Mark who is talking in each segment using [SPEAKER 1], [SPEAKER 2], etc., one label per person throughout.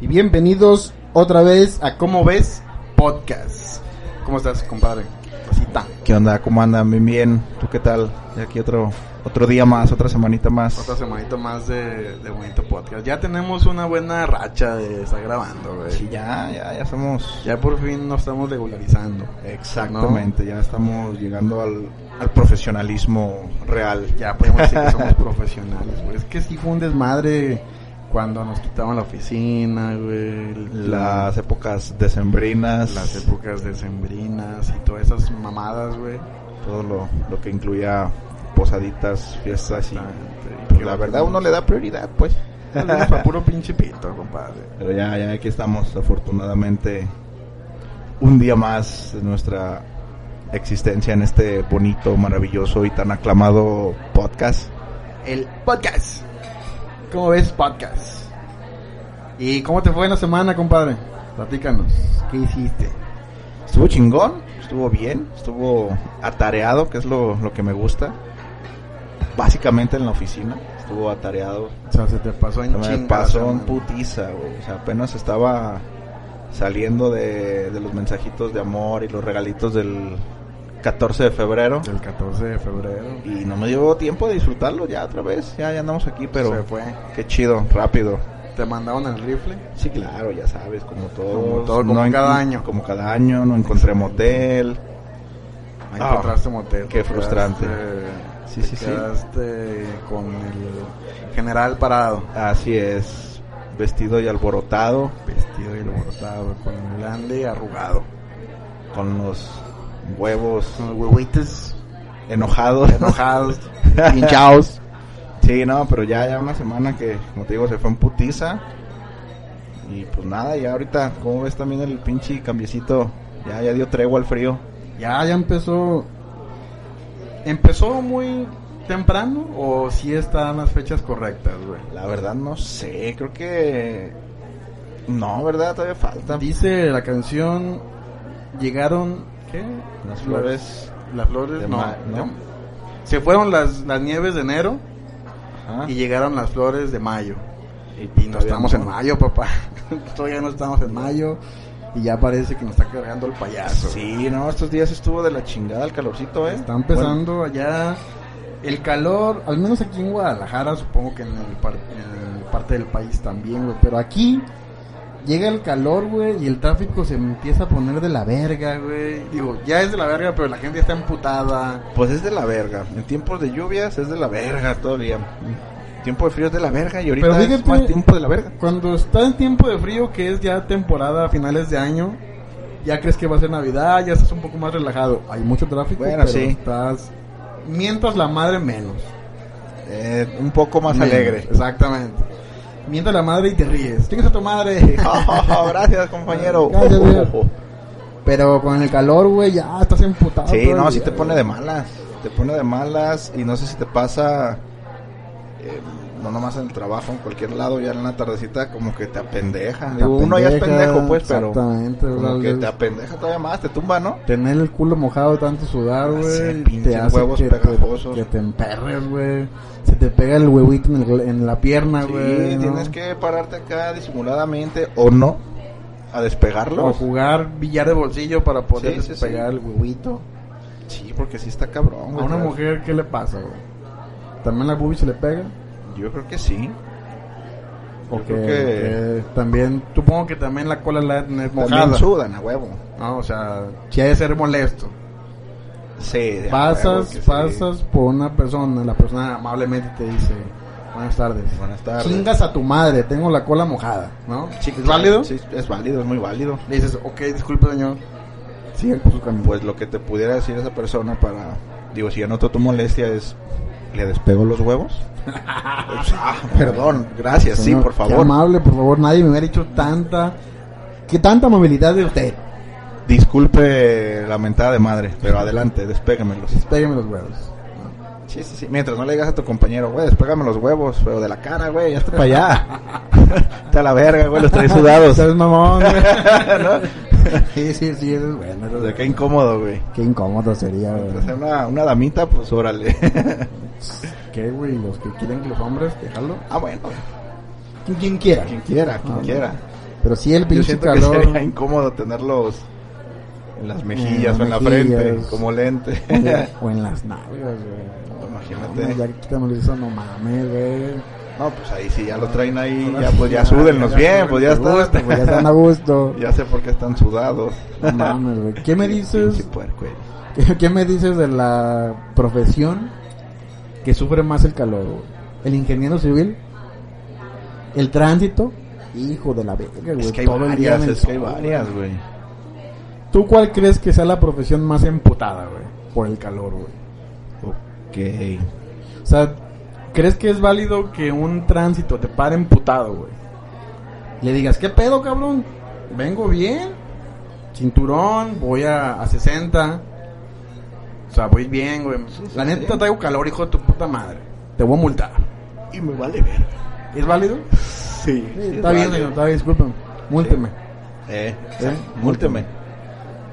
[SPEAKER 1] bienvenidos otra vez a Cómo Ves Podcast. ¿Cómo estás, compadre? Rosita.
[SPEAKER 2] ¿Qué onda? ¿Cómo andan? Bien, bien. ¿Tú qué tal? Y aquí otro otro día más, otra semanita más.
[SPEAKER 1] Otra semanita más de, de bonito podcast. Ya tenemos una buena racha de estar grabando, güey.
[SPEAKER 2] Sí, ya, ya, ya somos...
[SPEAKER 1] Ya por fin nos estamos regularizando.
[SPEAKER 2] Exactamente, ya estamos llegando al, al profesionalismo real.
[SPEAKER 1] Ya podemos decir que somos profesionales, güey. Es que sí fue un desmadre cuando nos quitaban la oficina, güey.
[SPEAKER 2] Las épocas decembrinas,
[SPEAKER 1] las épocas decembrinas y todas esas mamadas, güey.
[SPEAKER 2] todo lo, lo que incluía posaditas, fiestas y...
[SPEAKER 1] Exactamente.
[SPEAKER 2] pues, la verdad uno le da prioridad, pues.
[SPEAKER 1] Para puro pinche pito, compadre.
[SPEAKER 2] Pero ya, ya aquí estamos, afortunadamente, un día más de nuestra existencia en este bonito, maravilloso y tan aclamado podcast.
[SPEAKER 1] El podcast. ¿Cómo ves podcast? ¿Y cómo te fue en la semana, compadre? Platícanos. ¿Qué hiciste?
[SPEAKER 2] Estuvo chingón, estuvo bien, estuvo atareado, que es lo, lo que me gusta. Básicamente en la oficina, estuvo atareado.
[SPEAKER 1] O sea, se te pasó en
[SPEAKER 2] Me
[SPEAKER 1] chinga la
[SPEAKER 2] pasó en
[SPEAKER 1] semana.
[SPEAKER 2] putiza, güey. O sea, apenas estaba saliendo de, de los mensajitos de amor y los regalitos del 14 de febrero.
[SPEAKER 1] El 14 de febrero.
[SPEAKER 2] Y no me dio tiempo de disfrutarlo ya otra vez. Ya, ya andamos aquí, pero
[SPEAKER 1] Se fue.
[SPEAKER 2] qué chido, rápido.
[SPEAKER 1] Te mandaron el rifle.
[SPEAKER 2] Sí, claro, ya sabes, como todos.
[SPEAKER 1] Como todo, como
[SPEAKER 2] en-
[SPEAKER 1] cada año.
[SPEAKER 2] Como cada año, no encontré motel.
[SPEAKER 1] Ahí
[SPEAKER 2] Ah,
[SPEAKER 1] encontraste motel. te
[SPEAKER 2] qué
[SPEAKER 1] quedaste-
[SPEAKER 2] frustrante. Sí,
[SPEAKER 1] te
[SPEAKER 2] sí, sí.
[SPEAKER 1] quedaste con el general parado.
[SPEAKER 2] Así es, vestido y alborotado,
[SPEAKER 1] Vestido y bordado, con el ande arrugado.
[SPEAKER 2] con los huevos
[SPEAKER 1] Con los huevitos
[SPEAKER 2] enojados.
[SPEAKER 1] enojados, hinchados.
[SPEAKER 2] Sí, no, pero ya, ya una semana que, como te digo, se fue en putiza. Y pues nada, ya ahorita, como ves también el pinche cambiecito? Ya, ya dio tregua al frío.
[SPEAKER 1] Ya, ya empezó. ¿Empezó muy temprano o si están las fechas correctas, güey?
[SPEAKER 2] La verdad no sé, creo que... No, ¿verdad? Todavía falta.
[SPEAKER 1] Dice la canción, llegaron, ¿qué?
[SPEAKER 2] Las flores.
[SPEAKER 1] Las flores,
[SPEAKER 2] de
[SPEAKER 1] no,
[SPEAKER 2] ma- ¿no?
[SPEAKER 1] de- Se fueron las, las nieves de enero
[SPEAKER 2] Ajá.
[SPEAKER 1] y llegaron las flores de mayo.
[SPEAKER 2] Ah. y
[SPEAKER 1] Y no
[SPEAKER 2] todavía
[SPEAKER 1] estamos
[SPEAKER 2] no.
[SPEAKER 1] en mayo, papá. Todavía no estamos en mayo y ya parece que nos está cargando el payaso.
[SPEAKER 2] Sí, no, estos días estuvo de la chingada el calorcito, ¿eh?
[SPEAKER 1] Está empezando allá el calor, al menos aquí en Guadalajara, supongo que en, el par- en parte del país también, güey. Pero aquí llega el calor, güey, y el tráfico se empieza a poner de la verga, güey. Digo, ya es de la verga, pero la gente ya está emputada.
[SPEAKER 2] Bueno, pues es de la verga. En tiempos de lluvias es de la verga todavía. En tiempo de frío es de la verga y ahorita
[SPEAKER 1] Pero fíjate-
[SPEAKER 2] es más tiempo de la verga.
[SPEAKER 1] Cuando está en tiempo de frío, que es ya temporada, finales de año, ya crees que va a ser Navidad, ya estás un poco más relajado. Hay mucho tráfico,
[SPEAKER 2] Bueno,
[SPEAKER 1] pero
[SPEAKER 2] sí.
[SPEAKER 1] estás... Mientras la madre menos.
[SPEAKER 2] Eh, un poco más
[SPEAKER 1] Menos,
[SPEAKER 2] alegre.
[SPEAKER 1] Exactamente. Mientras la madre y te ríes. Tienes a tu madre.
[SPEAKER 2] Oh, gracias, compañero.
[SPEAKER 1] Gracias, güey. Pero con el calor, güey, ya estás emputado.
[SPEAKER 2] Sí,
[SPEAKER 1] todo el
[SPEAKER 2] no,
[SPEAKER 1] día,
[SPEAKER 2] sí te
[SPEAKER 1] güey.
[SPEAKER 2] pone de malas. Te pone de malas y no sé si te pasa, eh, no nomás en el trabajo, en cualquier lado, ya en la tardecita, como que te apendeja.
[SPEAKER 1] Te
[SPEAKER 2] Digo, Uno ya es
[SPEAKER 1] apendeja,
[SPEAKER 2] pendejo, pues, pero
[SPEAKER 1] Exactamente, o sea,
[SPEAKER 2] como que
[SPEAKER 1] es-
[SPEAKER 2] te apendeja todavía más, te tumba, ¿no?
[SPEAKER 1] Tener el culo mojado de tanto sudar, güey.
[SPEAKER 2] pinches
[SPEAKER 1] Te hace
[SPEAKER 2] huevos
[SPEAKER 1] que, te,
[SPEAKER 2] pegajosos.
[SPEAKER 1] que te emperres, güey. Se te pega el huevito en, el- en la pierna,
[SPEAKER 2] Sí,
[SPEAKER 1] güey. ¿no?
[SPEAKER 2] tienes que pararte acá disimuladamente o no a
[SPEAKER 1] O
[SPEAKER 2] despegarlo.
[SPEAKER 1] jugar billar de bolsillo para poder
[SPEAKER 2] Sí, sí, sí.
[SPEAKER 1] despegar el huevito.
[SPEAKER 2] Sí, porque sí está cabrón,
[SPEAKER 1] A
[SPEAKER 2] güey.
[SPEAKER 1] una
[SPEAKER 2] ¿sabes?
[SPEAKER 1] mujer, ¿qué le pasa, güey? ¿También la boobie se le pega?
[SPEAKER 2] Yo creo que sí. Yo
[SPEAKER 1] Porque eh,
[SPEAKER 2] creo que
[SPEAKER 1] también, supongo que también la cola la es
[SPEAKER 2] también
[SPEAKER 1] mojada.
[SPEAKER 2] sudan a huevo.
[SPEAKER 1] No, o sea, si ha de ser molesto.
[SPEAKER 2] Sí, a huevo
[SPEAKER 1] Pasas,
[SPEAKER 2] que sí.
[SPEAKER 1] pasas por una persona, la persona amablemente te dice, buenas tardes.
[SPEAKER 2] Buenas tardes.
[SPEAKER 1] Chingas a tu madre, tengo la cola mojada, ¿no?
[SPEAKER 2] Sí,
[SPEAKER 1] ¿Es válido?
[SPEAKER 2] Sí, es válido, es muy válido.
[SPEAKER 1] Le dices, ok, disculpe señor, sigue por su camino.
[SPEAKER 2] Pues lo que te pudiera decir esa persona para, digo, si anoto tu molestia es, ¿le despego los huevos? ah, perdón, gracias, sí,
[SPEAKER 1] Señor,
[SPEAKER 2] por
[SPEAKER 1] Qué
[SPEAKER 2] favor.
[SPEAKER 1] amable, por favor, nadie me hubiera dicho tanta, que tanta amabilidad de usted.
[SPEAKER 2] Disculpe la mentada de madre, pero adelante, despégamelos.
[SPEAKER 1] Pégame los huevos.
[SPEAKER 2] Sí, sí, sí. Mientras no le digas a tu compañero, güey, despégame los huevos, pero de la cara, güey, ya está para allá. está la verga, güey, los traes sudados.
[SPEAKER 1] ¿Sabes, mamón? güey?
[SPEAKER 2] ¿No?
[SPEAKER 1] sí, sí, sí, eso es bueno. eso
[SPEAKER 2] O
[SPEAKER 1] es
[SPEAKER 2] sea, qué incómodo, güey.
[SPEAKER 1] Qué incómodo sería,
[SPEAKER 2] Mientras sea
[SPEAKER 1] güey.
[SPEAKER 2] una, una damita, pues órale.
[SPEAKER 1] ¿Qué, güey? Los que quieren que los hombres, dejarlo.
[SPEAKER 2] ah, bueno,
[SPEAKER 1] Quien, quien quiera.
[SPEAKER 2] quien quiera, quien
[SPEAKER 1] Ah,
[SPEAKER 2] quiera.
[SPEAKER 1] Pero sí el
[SPEAKER 2] Yo
[SPEAKER 1] pinche
[SPEAKER 2] siento
[SPEAKER 1] calor.
[SPEAKER 2] que sería incómodo tenerlos en las mejillas
[SPEAKER 1] En
[SPEAKER 2] o en
[SPEAKER 1] las
[SPEAKER 2] la frente,
[SPEAKER 1] mejillas.
[SPEAKER 2] como lente.
[SPEAKER 1] Sí, o en las nalgas, güey.
[SPEAKER 2] No, imagínate.
[SPEAKER 1] Mames, Ya quítame eso, no mames, güey.
[SPEAKER 2] No, pues ahí sí, ya lo traen ahí,
[SPEAKER 1] Ahora
[SPEAKER 2] ya
[SPEAKER 1] sí,
[SPEAKER 2] pues ya súdenlos
[SPEAKER 1] ya
[SPEAKER 2] bien,
[SPEAKER 1] súdenlos
[SPEAKER 2] pues ya
[SPEAKER 1] a gusto,
[SPEAKER 2] está.
[SPEAKER 1] Pues ya están a gusto.
[SPEAKER 2] Ya sé por qué están sudados.
[SPEAKER 1] No mames, güey. ¿Qué me dices?
[SPEAKER 2] Pinche puerco, eh. güey.
[SPEAKER 1] ¿Qué, qué me dices de la profesión que sufre más el calor? güey? ¿El ingeniero civil? ¿El tránsito? Hijo de la verga, güey.
[SPEAKER 2] Es que hay
[SPEAKER 1] pues, todo el día
[SPEAKER 2] varias,
[SPEAKER 1] en el
[SPEAKER 2] es que hay
[SPEAKER 1] sol,
[SPEAKER 2] varias, güey.
[SPEAKER 1] ¿Tú cuál crees que sea la profesión más emputada, güey? Por el calor, güey.
[SPEAKER 2] Ok.
[SPEAKER 1] O sea, ¿crees que es válido que un tránsito te pare emputado, güey? Le digas, ¿qué pedo, cabrón? Vengo bien. Cinturón, voy a, a 60. O sea, voy bien, güey. La
[SPEAKER 2] sí,
[SPEAKER 1] neta
[SPEAKER 2] sí.
[SPEAKER 1] traigo calor, hijo de tu puta madre. Te voy a multar.
[SPEAKER 2] Y me vale ver.
[SPEAKER 1] ¿Es válido?
[SPEAKER 2] Sí.
[SPEAKER 1] está bien, señor, está bien, discúlpeme. Múlteme.
[SPEAKER 2] Eh,
[SPEAKER 1] ¿Eh?
[SPEAKER 2] múlteme.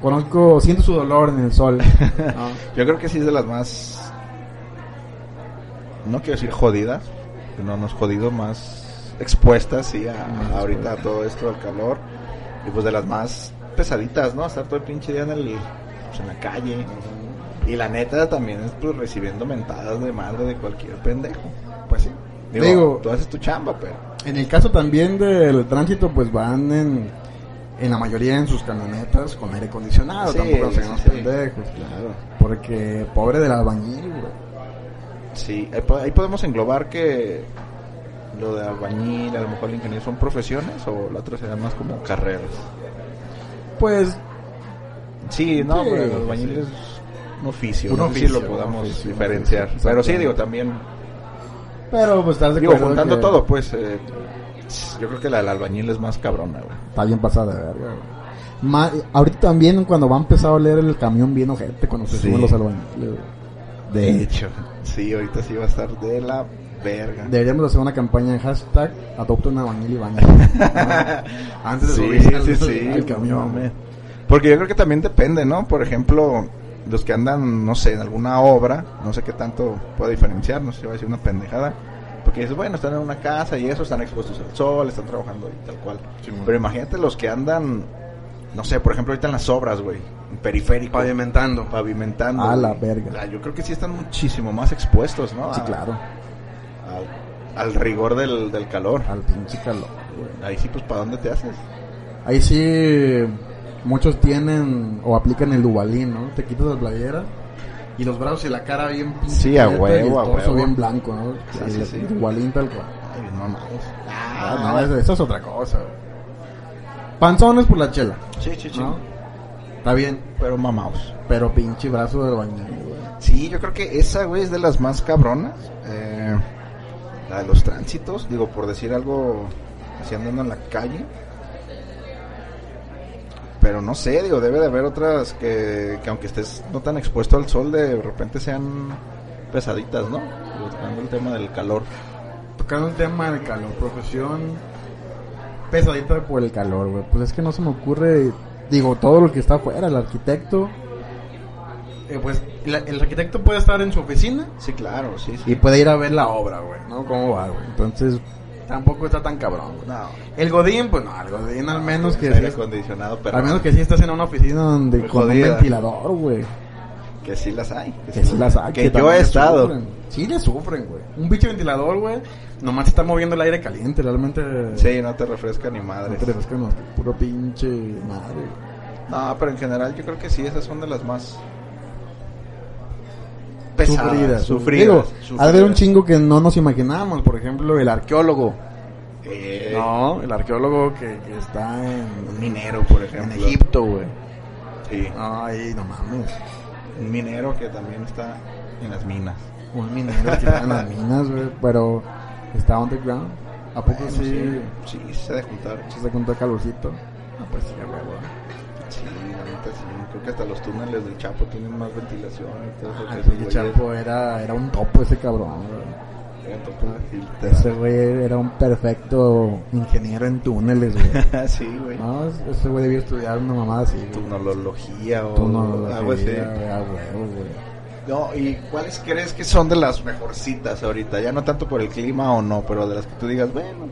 [SPEAKER 1] Conozco, siento su dolor en el sol. Ah.
[SPEAKER 2] Yo creo que sí es de las más. No quiero decir jodidas, que no nos jodido, más expuestas, sí, a-
[SPEAKER 1] Más
[SPEAKER 2] a ahorita a todo esto, al calor. Y pues de las más pesaditas, ¿no? Estar todo el pinche día en, el, pues, en la calle. Y la neta también es pues, recibiendo mentadas de madre de cualquier pendejo.
[SPEAKER 1] Pues sí.
[SPEAKER 2] Digo,
[SPEAKER 1] Digo-
[SPEAKER 2] tú haces tu chamba, pero.
[SPEAKER 1] En el caso también del tránsito, pues van en, en la mayoría en sus camionetas con aire acondicionado,
[SPEAKER 2] Sí,
[SPEAKER 1] tampoco nos
[SPEAKER 2] sí,
[SPEAKER 1] hagamos
[SPEAKER 2] sí.
[SPEAKER 1] pendejos.
[SPEAKER 2] Claro.
[SPEAKER 1] Porque pobre del albañil, güey.
[SPEAKER 2] Sí, ahí, po- ahí podemos englobar que lo de albañil, a lo mejor el ingeniero son profesiones o la otra será más como carreras.
[SPEAKER 1] Pues
[SPEAKER 2] Sí, no,
[SPEAKER 1] Sí,
[SPEAKER 2] pero el albañil
[SPEAKER 1] sí.
[SPEAKER 2] es un oficio,
[SPEAKER 1] Un
[SPEAKER 2] no sé si
[SPEAKER 1] oficio,
[SPEAKER 2] lo podamos
[SPEAKER 1] un oficio,
[SPEAKER 2] diferenciar.
[SPEAKER 1] un oficio,
[SPEAKER 2] pero sí,
[SPEAKER 1] exactamente.
[SPEAKER 2] digo, también,
[SPEAKER 1] Pero pues estás de
[SPEAKER 2] digo,
[SPEAKER 1] acuerdo
[SPEAKER 2] juntando
[SPEAKER 1] que
[SPEAKER 2] todo, pues eh, yo creo que la del albañil es más cabrona, güey.
[SPEAKER 1] Está bien pasada de verga, güey. Ma- ahorita también cuando va a empezar a oler el camión bien ojete cuando se
[SPEAKER 2] Sí.
[SPEAKER 1] suben los albañiles. güey.
[SPEAKER 2] De hecho, sí, ahorita sí va a estar de la verga.
[SPEAKER 1] Deberíamos hacer una campaña en hashtag adopta un albañil y baña. Antes de
[SPEAKER 2] sí,
[SPEAKER 1] subirse al-
[SPEAKER 2] sí, sí,
[SPEAKER 1] al
[SPEAKER 2] no,
[SPEAKER 1] camión.
[SPEAKER 2] man. Porque yo creo que también depende, ¿no? Por ejemplo, los que andan, no sé, en alguna obra, no sé qué tanto pueda diferenciar, no sé si va a decir una pendejada. Porque dices, bueno, están en una casa y eso, están expuestos al sol, están trabajando y tal cual. Pero imagínate los que andan, no sé, por ejemplo, ahorita en las obras, güey, en periférico.
[SPEAKER 1] Pavimentando.
[SPEAKER 2] Pavimentando.
[SPEAKER 1] A
[SPEAKER 2] güey.
[SPEAKER 1] la verga.
[SPEAKER 2] O sea, Yo creo que sí están muchísimo más expuestos, ¿no?
[SPEAKER 1] Sí,
[SPEAKER 2] A-
[SPEAKER 1] claro.
[SPEAKER 2] Al, al rigor del, del calor.
[SPEAKER 1] Al pinche calor, güey.
[SPEAKER 2] Ahí sí, pues, ¿para dónde te haces?
[SPEAKER 1] Ahí sí, muchos tienen o aplican el dubalín, ¿no? Te quitas la playera y los brazos y la cara bien pinche
[SPEAKER 2] Sí, a
[SPEAKER 1] prietas y el
[SPEAKER 2] huevo, a
[SPEAKER 1] torso
[SPEAKER 2] huevo.
[SPEAKER 1] bien blanco, ¿no?
[SPEAKER 2] Sí,
[SPEAKER 1] El
[SPEAKER 2] sí, sí.
[SPEAKER 1] Dubalín tal cual.
[SPEAKER 2] Ay, bien mamados.
[SPEAKER 1] Ah, no, eso, eso es otra cosa. güey. Panzones por la chela,
[SPEAKER 2] Sí, sí, sí.
[SPEAKER 1] ¿no? Está bien,
[SPEAKER 2] Pero mamados.
[SPEAKER 1] pero pinche brazo de bañil, güey.
[SPEAKER 2] Sí, yo creo que esa, güey, es de las más cabronas. Eh, la de los tránsitos, digo, por decir algo, así andando en la calle. Pero no sé, digo, debe de haber otras que, que aunque estés no tan expuesto al sol, de repente sean pesaditas, ¿no? Digo, Tocando el tema del calor.
[SPEAKER 1] Tocando el tema del calor, profesión pesadita por el calor, güey. Pues es que no se me ocurre, digo, todo lo que está afuera, el arquitecto. Eh, pues la- el arquitecto puede estar en su oficina
[SPEAKER 2] Sí, claro, sí, sí.
[SPEAKER 1] y puede ir a ver la obra, güey, ¿no? ¿Cómo va, güey? Entonces, tampoco está tan cabrón, güey.
[SPEAKER 2] No,
[SPEAKER 1] El Godín, pues no, el Godín
[SPEAKER 2] Ah,
[SPEAKER 1] al menos que sí,
[SPEAKER 2] aire acondicionado, pero
[SPEAKER 1] al menos que sí estás en una oficina donde
[SPEAKER 2] Muy
[SPEAKER 1] con
[SPEAKER 2] jodida.
[SPEAKER 1] un ventilador, güey.
[SPEAKER 2] que sí las hay.
[SPEAKER 1] Que sí las hay,
[SPEAKER 2] que yo
[SPEAKER 1] también
[SPEAKER 2] he
[SPEAKER 1] le
[SPEAKER 2] estado.
[SPEAKER 1] sufren. Sí le sufren, güey. Un bicho ventilador, güey, nomás está moviendo el aire caliente, realmente.
[SPEAKER 2] Sí, no te refresca ni
[SPEAKER 1] No
[SPEAKER 2] madre.
[SPEAKER 1] te refrescan los puro pinche madre.
[SPEAKER 2] No, pero en general yo creo que sí, esas son de las más
[SPEAKER 1] Sufridas.
[SPEAKER 2] pesadas, sufridas.
[SPEAKER 1] Digo,
[SPEAKER 2] sufridas.
[SPEAKER 1] ha de haber un chingo que no nos imaginábamos. Por ejemplo, el arqueólogo.
[SPEAKER 2] Eh,
[SPEAKER 1] No, el arqueólogo que, que está
[SPEAKER 2] Un
[SPEAKER 1] en,
[SPEAKER 2] minero, por
[SPEAKER 1] en
[SPEAKER 2] ejemplo.
[SPEAKER 1] Egipto, güey.
[SPEAKER 2] Sí,
[SPEAKER 1] Ay, no mames.
[SPEAKER 2] un minero que también está en las minas.
[SPEAKER 1] Un minero que está en las minas, güey. Pero está underground. ¿A poco
[SPEAKER 2] Bueno,
[SPEAKER 1] sí?
[SPEAKER 2] sí, sí, se ha de juntar.
[SPEAKER 1] Se Se contó calorcito. Ah, pues sí, güey, güey.
[SPEAKER 2] Sí, la neta sí. Creo que hasta los túneles del Chapo tienen más ventilación y todo eso.
[SPEAKER 1] Ah,
[SPEAKER 2] que
[SPEAKER 1] el
[SPEAKER 2] esos
[SPEAKER 1] pinche
[SPEAKER 2] güeyes
[SPEAKER 1] Chapo era, era un topo ese cabrón, güey.
[SPEAKER 2] llegan a topar y te
[SPEAKER 1] Ese güey era un perfecto ingeniero en túneles, güey.
[SPEAKER 2] dan- Ah, sí, güey.
[SPEAKER 1] No, ese güey debió estudiar una mamada así. güey.
[SPEAKER 2] Tunología o
[SPEAKER 1] Tú no lo
[SPEAKER 2] algo así.
[SPEAKER 1] sabías, güey, a huevo, güey.
[SPEAKER 2] No, ¿y cuáles crees que son de las mejorcitas ahorita? Ya no tanto por el clima o no, pero de las que tú digas, bueno,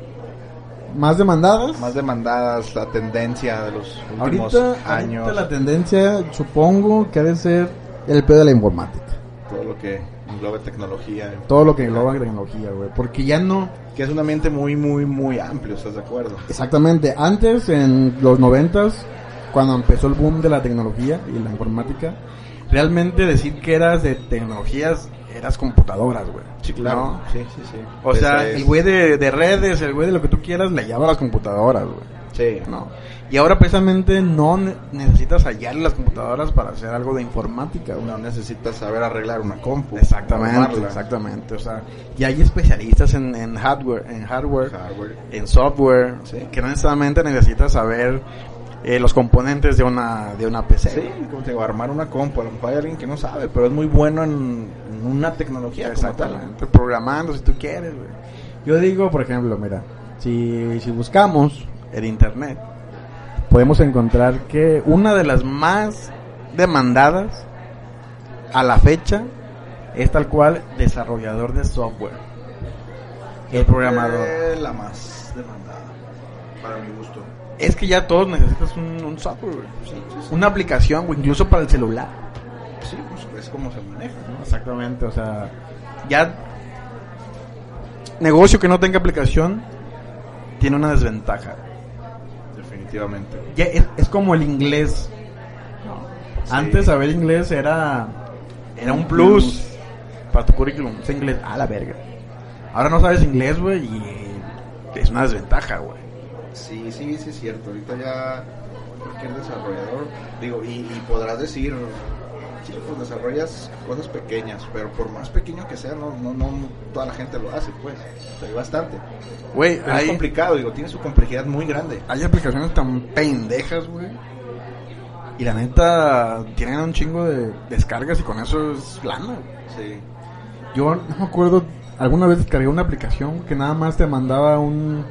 [SPEAKER 1] más demandadas.
[SPEAKER 2] Más demandadas, la tendencia de los últimos
[SPEAKER 1] ahorita,
[SPEAKER 2] años.
[SPEAKER 1] ahorita la tendencia, supongo que ha de ser el pedo de la informática.
[SPEAKER 2] Todo lo que engloba tecnología.
[SPEAKER 1] Todo lo que engloba tecnología, güey. Porque ya no,
[SPEAKER 2] Que es un ambiente muy, muy, muy amplio, ¿estás de acuerdo?
[SPEAKER 1] Exactamente. Antes, en los noventas, cuando empezó el boom de la tecnología y la informática, realmente decir que eras de tecnologías, eras computadoras, güey. ¿No?
[SPEAKER 2] Sí, sí, sí.
[SPEAKER 1] O sea,
[SPEAKER 2] Ese es-
[SPEAKER 1] el güey de, de redes, el güey de lo que tú quieras, le llama a las computadoras, güey.
[SPEAKER 2] Sí.
[SPEAKER 1] No. Y ahora precisamente no ne- necesitas hallar las computadoras para hacer algo de informática, güey.
[SPEAKER 2] No necesitas saber arreglar una compu.
[SPEAKER 1] Exactamente,
[SPEAKER 2] armarla.
[SPEAKER 1] exactamente. O sea, y hay especialistas en, en hardware, en hardware,
[SPEAKER 2] Hardware.
[SPEAKER 1] en software,
[SPEAKER 2] Sí.
[SPEAKER 1] que no necesariamente necesitas saber eh, los componentes de una, de una PC.
[SPEAKER 2] Sí, como te digo, armar una compu. A lo mejor hay alguien que no sabe, pero es muy bueno en, en una tecnología como tal.
[SPEAKER 1] Exactamente, programando si tú quieres. güey. Yo digo, por ejemplo, mira, si, si buscamos el Internet, podemos encontrar que una de las más demandadas a la fecha es tal cual desarrollador de software. El programador.
[SPEAKER 2] Eh, la más demandada, para mi gusto.
[SPEAKER 1] Es que ya todos necesitas un, un software, güey.
[SPEAKER 2] Sí, sí,
[SPEAKER 1] una aplicación, güey, incluso para el celular.
[SPEAKER 2] sí. Sí, pues es como se maneja, ¿no?
[SPEAKER 1] Exactamente, o sea, ya negocio que no tenga aplicación tiene una desventaja.
[SPEAKER 2] Definitivamente.
[SPEAKER 1] Ya es, es como el inglés.
[SPEAKER 2] Sí.
[SPEAKER 1] Antes saber inglés era era un plus, para tu currículum, es inglés a la verga. Ahora no sabes inglés, güey, y es una desventaja, güey.
[SPEAKER 2] Sí, sí, sí es cierto. Ahorita ya cualquier desarrollador, digo, y, y podrás decir, sí, pues desarrollas cosas pequeñas, pero por más pequeño que sea, no, no, no toda la gente lo hace, pues. O sea, hay bastante.
[SPEAKER 1] Güey,
[SPEAKER 2] Pero es
[SPEAKER 1] hay,
[SPEAKER 2] complicado, digo, tiene su complejidad muy grande.
[SPEAKER 1] hay aplicaciones tan pendejas, güey. Y la neta tienen un chingo de descargas y con eso es lana, güey.
[SPEAKER 2] Sí.
[SPEAKER 1] Yo no me acuerdo, alguna vez descargué una aplicación que nada más te mandaba un,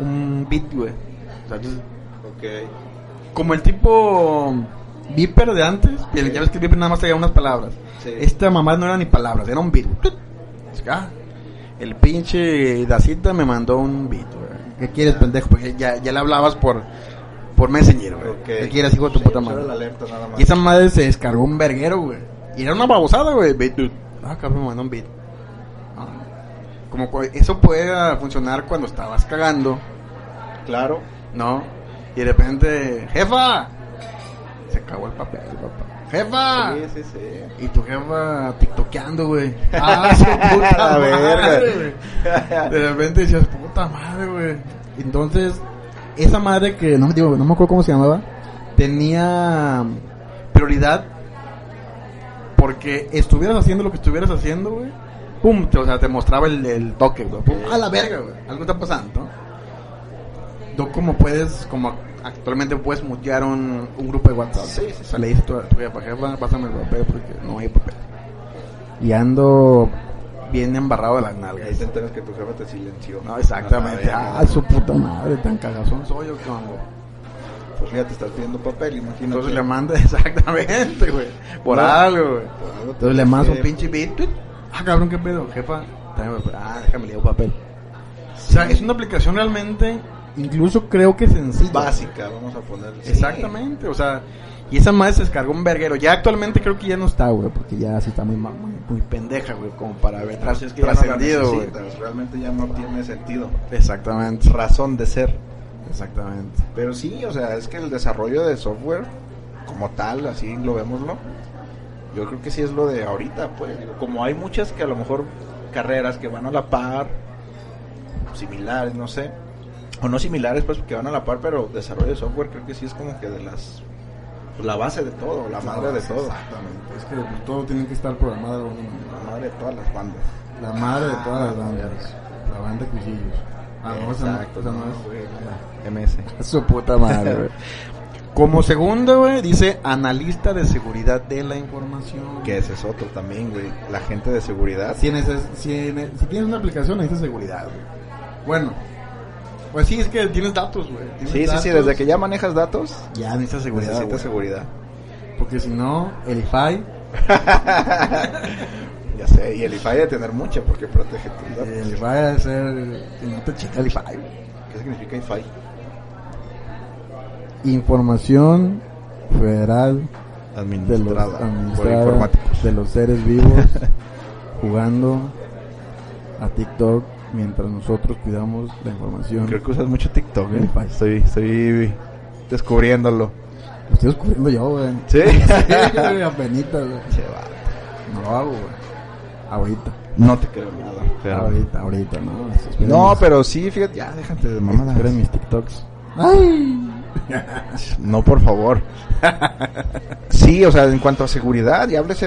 [SPEAKER 1] un bit, güey. O sea, pues,
[SPEAKER 2] Ok.
[SPEAKER 1] como el tipo Viper de antes, que ya ves que Viper nada más traía unas palabras.
[SPEAKER 2] Sí.
[SPEAKER 1] Esta mamá no era ni palabras, era un bit. Tut. Así que, ah, el pinche Dacita me mandó un bit, güey. ¿Qué quieres,
[SPEAKER 2] Ah.
[SPEAKER 1] pendejo? Porque ya, ya le hablabas por, por Messenger, güey.
[SPEAKER 2] Ok.
[SPEAKER 1] ¿Qué quieres, hijo de tu
[SPEAKER 2] Sí,
[SPEAKER 1] puta
[SPEAKER 2] solo
[SPEAKER 1] madre?
[SPEAKER 2] la alerta nada más.
[SPEAKER 1] Y esa madre se descargó un verguero, güey. Y era una babosada, güey. Ve, dude, Ah, cabrón, me mandó un beat. Ah. Como cu- eso puede funcionar cuando estabas cagando,
[SPEAKER 2] Claro.
[SPEAKER 1] ¿no? Y de repente, jefa, se cagó el papel, papá. Jefa.
[SPEAKER 2] Sí, sí, sí.
[SPEAKER 1] Y tu jefa tiktokeando, güey. Ah, su puta
[SPEAKER 2] La
[SPEAKER 1] madre,
[SPEAKER 2] verga.
[SPEAKER 1] güey. De repente decías, puta madre, güey. Entonces, esa madre que, no, digo, no me acuerdo cómo se llamaba, tenía mm, prioridad porque estuvieras haciendo lo que estuvieras haciendo, güey. Pum, te, o sea, te mostraba el, el toque, güey. Pum, a la verga, güey. Algo está pasando, ¿no? Tú como puedes, como actualmente puedes mutear un, un grupo de WhatsApp.
[SPEAKER 2] Sí, sí, sí.
[SPEAKER 1] O sea, le dices a tu, a tu jefa, jefa, pásame el papel porque no hay papel. Y ando bien embarrado de las
[SPEAKER 2] Y ahí
[SPEAKER 1] nalgas.
[SPEAKER 2] te enteras que tu jefe te silenció.
[SPEAKER 1] No, exactamente.
[SPEAKER 2] A la verga.
[SPEAKER 1] Ah, su puta madre, tan cagazón soy yo, cabrón.
[SPEAKER 2] Pues fíjate, estás pidiendo papel, imagínate.
[SPEAKER 1] Entonces le manda exactamente, güey. Por
[SPEAKER 2] No.
[SPEAKER 1] algo, güey.
[SPEAKER 2] Por algo Pues, te
[SPEAKER 1] Entonces le mandas un pinche
[SPEAKER 2] silenció.
[SPEAKER 1] beat. tuit. Ah, cabrón, qué pedo, jefa. Tráeme papel. Ah, déjame leer un papel. O sea, es una aplicación realmente, incluso creo que sencilla.
[SPEAKER 2] "Pues, básica, vamos a poner.
[SPEAKER 1] Exactamente, o sea, y esa madre se descargó un verguero. Ya actualmente creo que ya no está, güey, porque ya sí está muy, ma- muy, muy pendeja, güey, como para haber tras-
[SPEAKER 2] Entonces, que ya no la
[SPEAKER 1] trascendido, güey.
[SPEAKER 2] necesitas, Realmente ya no tiene sentido.
[SPEAKER 1] Exactamente,
[SPEAKER 2] Razón de ser.
[SPEAKER 1] exactamente.
[SPEAKER 2] Pero sí, o sea, es que el desarrollo de software, como tal, así lo vemoslo, yo creo que sí es lo de ahorita, pues. Digo, Como hay muchas que a lo mejor carreras que van a la par, similares, no sé. O no similares, pues, que van a la par, pero desarrollo de software creo que sí es como que de las. pues, la base de todo, la madre de todo.
[SPEAKER 1] Exactamente, es que pues, todo tiene que estar programado. güey.
[SPEAKER 2] La madre de todas las bandas.
[SPEAKER 1] La madre de todas las
[SPEAKER 2] Ah,
[SPEAKER 1] bandas, la banda de cuchillos. Ah, no, esa no,
[SPEAKER 2] Exacto,
[SPEAKER 1] esa no
[SPEAKER 2] no,
[SPEAKER 1] es.
[SPEAKER 2] güey, MS.
[SPEAKER 1] Su puta madre, güey. Como segundo, güey, dice analista de seguridad de la información.
[SPEAKER 2] Que ese es otro también, güey. La gente de seguridad.
[SPEAKER 1] Si, neces- si ne- si tienes una aplicación, necesitas seguridad, güey. Bueno, pues sí, es que tienes datos, güey. Tienes
[SPEAKER 2] Sí, sí, sí,
[SPEAKER 1] datos.
[SPEAKER 2] desde que ya manejas datos,
[SPEAKER 1] Ya necesitas seguridad. güey.
[SPEAKER 2] necesitas seguridad.
[SPEAKER 1] Porque si no, el IFAI,
[SPEAKER 2] Ya sé,
[SPEAKER 1] E,
[SPEAKER 2] y el IFAI de tener mucho porque protege tus datos.
[SPEAKER 1] eh, el IFAI debe ser. No te checa el IFAI, güey.
[SPEAKER 2] ¿Qué significa IFAI?
[SPEAKER 1] Información federal de los,
[SPEAKER 2] Administrada, por
[SPEAKER 1] administrada
[SPEAKER 2] informáticos.
[SPEAKER 1] de los seres vivos jugando a TikTok mientras nosotros cuidamos la información.
[SPEAKER 2] Creo que usas mucho TikTok, ¿eh?
[SPEAKER 1] Wi-Fi.
[SPEAKER 2] Estoy, estoy descubriéndolo.
[SPEAKER 1] Lo estoy descubriendo yo, güey.
[SPEAKER 2] ¿Sí?
[SPEAKER 1] güey, apenitas, güey.
[SPEAKER 2] Che, vato.
[SPEAKER 1] No lo hago, güey. Ahorita.
[SPEAKER 2] no te creo nada. pero-
[SPEAKER 1] Ahorita, ahorita, ¿no? Esperen
[SPEAKER 2] No,
[SPEAKER 1] mis-
[SPEAKER 2] pero sí, fíjate, ya déjate de mamadas.
[SPEAKER 1] esperen mis TikToks. ¡Ay!
[SPEAKER 2] No, por favor. Sí, o sea, en cuanto a seguridad, y háblese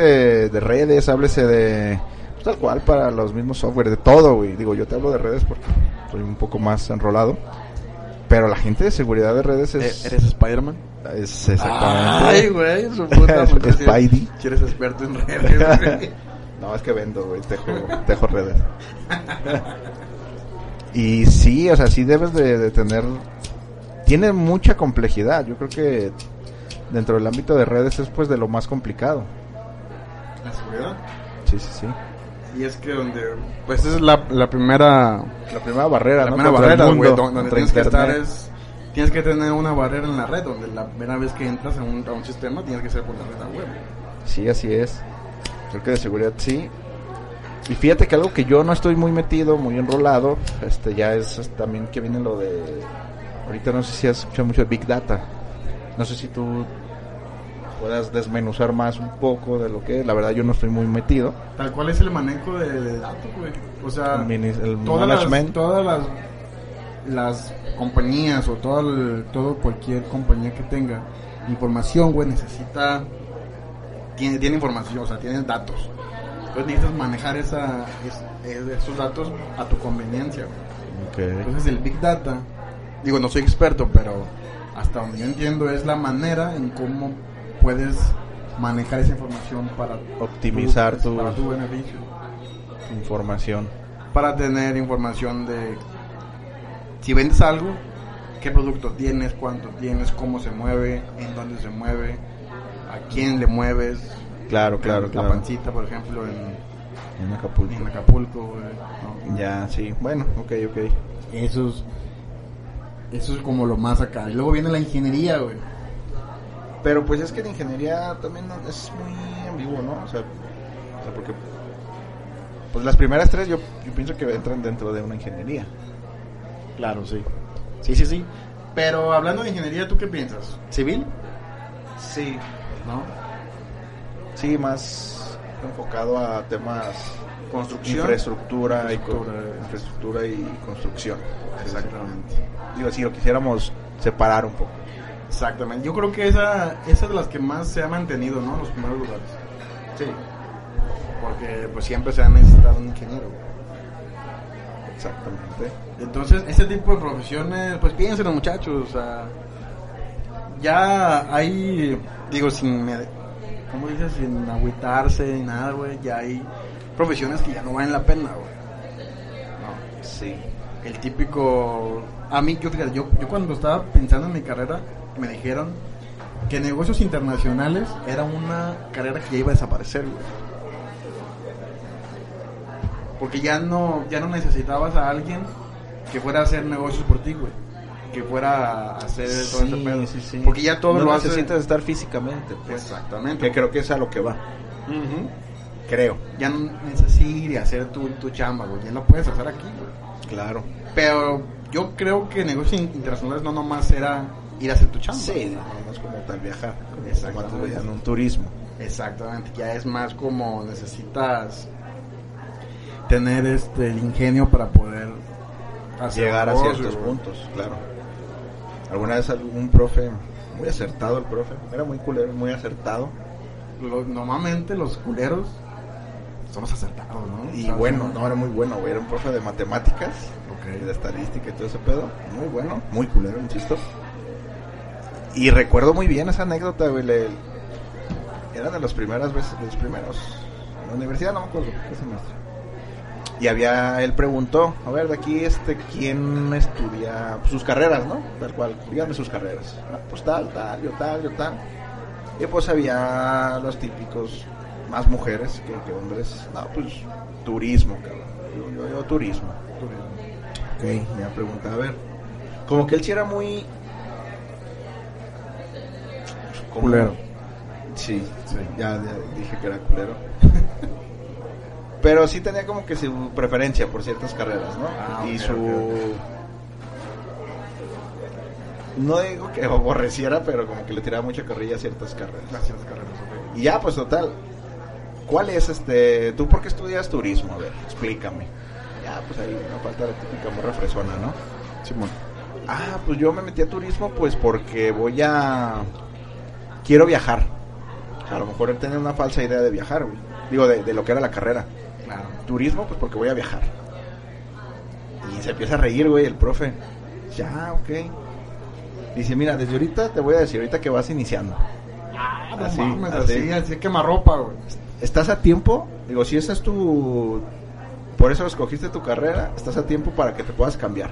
[SPEAKER 2] de redes, háblese de. pues, tal cual, para los mismos software, de todo, güey. Digo, yo te hablo de redes porque soy un poco más enrolado. Pero la gente de seguridad de redes es.
[SPEAKER 1] Spider-Man?
[SPEAKER 2] es exactamente.
[SPEAKER 1] Eh, Ay, güey, su puta
[SPEAKER 2] Es-
[SPEAKER 1] madre.
[SPEAKER 2] Spidey.
[SPEAKER 1] Si eres experto en redes, güey.
[SPEAKER 2] No, es que vendo, güey, tejo, tejo redes. Y sí, o sea, sí debes de, de tener... Tiene mucha complejidad, yo creo que dentro del ámbito de redes es pues de lo más complicado.
[SPEAKER 1] La seguridad.
[SPEAKER 2] Sí, sí, sí.
[SPEAKER 1] Y es que donde. Pues esa es la, la primera.
[SPEAKER 2] La primera barrera,
[SPEAKER 1] La
[SPEAKER 2] ¿no?
[SPEAKER 1] primera
[SPEAKER 2] Contra el
[SPEAKER 1] barrera,
[SPEAKER 2] mundo,
[SPEAKER 1] güey. Donde, donde
[SPEAKER 2] contra
[SPEAKER 1] tienes que estar
[SPEAKER 2] internet.
[SPEAKER 1] es. Tienes que tener una barrera en la red. Donde la primera vez que entras a un, a un sistema tienes que ser por la red a huevo.
[SPEAKER 2] Sí, así es. Creo que de seguridad sí. Y fíjate que algo que yo no estoy muy metido, muy enrolado, este ya es es también que viene lo de ahorita no sé si has escuchado mucho de Big Data. No sé si tú puedas desmenuzar más un poco de lo que es. La verdad yo no estoy muy metido.
[SPEAKER 1] Tal cual es el manejo de, de datos, güey. O sea,
[SPEAKER 2] El mini- el
[SPEAKER 1] Ah, todas, las,
[SPEAKER 2] management.
[SPEAKER 1] todas las, las compañías o todo, el- todo cualquier compañía que tenga información, güey, necesita, tiene, tiene información, o sea, tiene datos. Entonces necesitas manejar esa, es- es- esos datos a tu conveniencia, güey. Entonces el Big Data, digo, no soy experto, pero hasta donde yo entiendo es la manera en cómo puedes manejar esa información para
[SPEAKER 2] Optimizar
[SPEAKER 1] tu, pues, para
[SPEAKER 2] tus-
[SPEAKER 1] tu beneficio.
[SPEAKER 2] Información.
[SPEAKER 1] Para tener información de si vendes algo, qué producto tienes, cuánto tienes, cómo se mueve, en dónde se mueve, a quién le mueves.
[SPEAKER 2] Claro, Oh, claro,
[SPEAKER 1] la
[SPEAKER 2] claro.
[SPEAKER 1] pancita, por ejemplo, en,
[SPEAKER 2] En Acapulco.
[SPEAKER 1] en Acapulco. güey, ¿no?
[SPEAKER 2] Ya, sí. Bueno, ok, ok.
[SPEAKER 1] Eso es, eso es como lo más acá. Y luego viene la ingeniería, güey.
[SPEAKER 2] Pero pues es que la ingeniería también no- es muy ambiguo, ¿no? O sea, o sea, porque pues las primeras tres yo, yo pienso que entran dentro de una ingeniería.
[SPEAKER 1] Claro, sí. Sí, sí, sí. Pero hablando de ingeniería, ¿tú qué piensas?
[SPEAKER 2] ¿Civil? Sí.
[SPEAKER 1] ¿No?
[SPEAKER 2] Sí, más enfocado a temas
[SPEAKER 1] Construcción.
[SPEAKER 2] infraestructura, infraestructura. Y,
[SPEAKER 1] Infraestructura.
[SPEAKER 2] co- infraestructura y construcción.
[SPEAKER 1] Exactamente.
[SPEAKER 2] Digo, si lo quisiéramos separar un poco.
[SPEAKER 1] Exactamente. Yo creo que esa, esa es de las que más se ha mantenido, ¿no? En los primeros lugares.
[SPEAKER 2] Sí.
[SPEAKER 1] Porque pues siempre se ha necesitado un ingeniero. güey.
[SPEAKER 2] Exactamente.
[SPEAKER 1] Entonces, este tipo de profesiones, pues piénsenlo muchachos, o sea, ya hay, digo, sin, me- ¿cómo dices? Sin agüitarse ni nada, güey, ya hay profesiones que ya no valen la pena, güey. No.
[SPEAKER 2] Sí.
[SPEAKER 1] El típico, a mí, yo, fíjate, yo, yo cuando estaba pensando en mi carrera, me dijeron que negocios internacionales era una carrera que ya iba a desaparecer, güey. Porque ya no, ya no necesitabas a alguien que fuera a hacer negocios por ti, güey. Que fuera a hacer todo ese pedo. Porque ya todo
[SPEAKER 2] No
[SPEAKER 1] lo hace.
[SPEAKER 2] necesitas estar físicamente. pues.
[SPEAKER 1] Exactamente.
[SPEAKER 2] Que creo que es a lo que va.
[SPEAKER 1] Ujú.
[SPEAKER 2] Creo.
[SPEAKER 1] Ya no necesitas ir a hacer tu, tu chamba, güey. Ya lo puedes hacer aquí, güey.
[SPEAKER 2] Claro.
[SPEAKER 1] Pero yo creo que negocios in- internacionales no nomás era ir a hacer tu chamba.
[SPEAKER 2] Sí, no es como tal viajar.
[SPEAKER 1] Exactamente.
[SPEAKER 2] Como en un turismo.
[SPEAKER 1] Exactamente, ya es más como necesitas tener este el ingenio para poder hacer
[SPEAKER 2] Llegar a
[SPEAKER 1] negocios,
[SPEAKER 2] ciertos
[SPEAKER 1] güey.
[SPEAKER 2] puntos, claro. Alguna vez algún profe, muy acertado el profe, era muy culero, muy acertado.
[SPEAKER 1] Lo- normalmente los culeros somos acertados, ¿no?
[SPEAKER 2] Y
[SPEAKER 1] ¿Sabes?
[SPEAKER 2] bueno, no, era muy bueno, güey. Era un profe de matemáticas, y de
[SPEAKER 1] Ok.
[SPEAKER 2] estadística y todo ese pedo. Muy bueno, muy culero, insisto. Y recuerdo muy bien esa anécdota, güey. le- era de las primeras veces, de los primeros. En la universidad no me acuerdo, qué semestre. Y había, él preguntó, a ver, de aquí, este, ¿quién estudia sus carreras, no? Tal cual, díganme sus carreras. Ah, pues tal, tal, yo tal, yo tal. Y pues había los típicos, más mujeres que, que hombres. No, pues turismo, cabrón. Yo, yo, yo turismo. Ok, me preguntaba, a ver, Como que él sí era muy. como-
[SPEAKER 1] Culero.
[SPEAKER 2] Sí,
[SPEAKER 1] Sí.
[SPEAKER 2] ya, ya dije que era culero. Pero sí tenía como que su preferencia por ciertas carreras, ¿no?
[SPEAKER 1] Ah,
[SPEAKER 2] y
[SPEAKER 1] ok,
[SPEAKER 2] su.
[SPEAKER 1] ok,
[SPEAKER 2] No digo que aborreciera, pero como que le tiraba mucha carrilla a ciertas carreras.
[SPEAKER 1] Gracias, Carlos. ok.
[SPEAKER 2] Y ya, pues total. ¿Cuál es este.? ¿Tú por qué estudias turismo? A ver, explícame. Ya, pues ahí una falta la típica morra fresona, ¿no?
[SPEAKER 1] Simón.
[SPEAKER 2] Ah, pues yo me metí a turismo pues porque voy a... Quiero viajar. A lo mejor él tenía una falsa idea de viajar, güey. Digo, de, de lo que era la carrera.
[SPEAKER 1] Claro.
[SPEAKER 2] Turismo pues porque voy a viajar. Y se empieza a reír, güey, el profe. Ya, ok. Dice, mira, desde ahorita te voy a decir, ahorita que vas iniciando.
[SPEAKER 1] Ah, no
[SPEAKER 2] Así,
[SPEAKER 1] mames,
[SPEAKER 2] así.
[SPEAKER 1] así, así quemarropa, güey.
[SPEAKER 2] ¿Estás a tiempo? Digo, si esa es tu... Por eso escogiste tu carrera, estás a tiempo para que te puedas cambiar.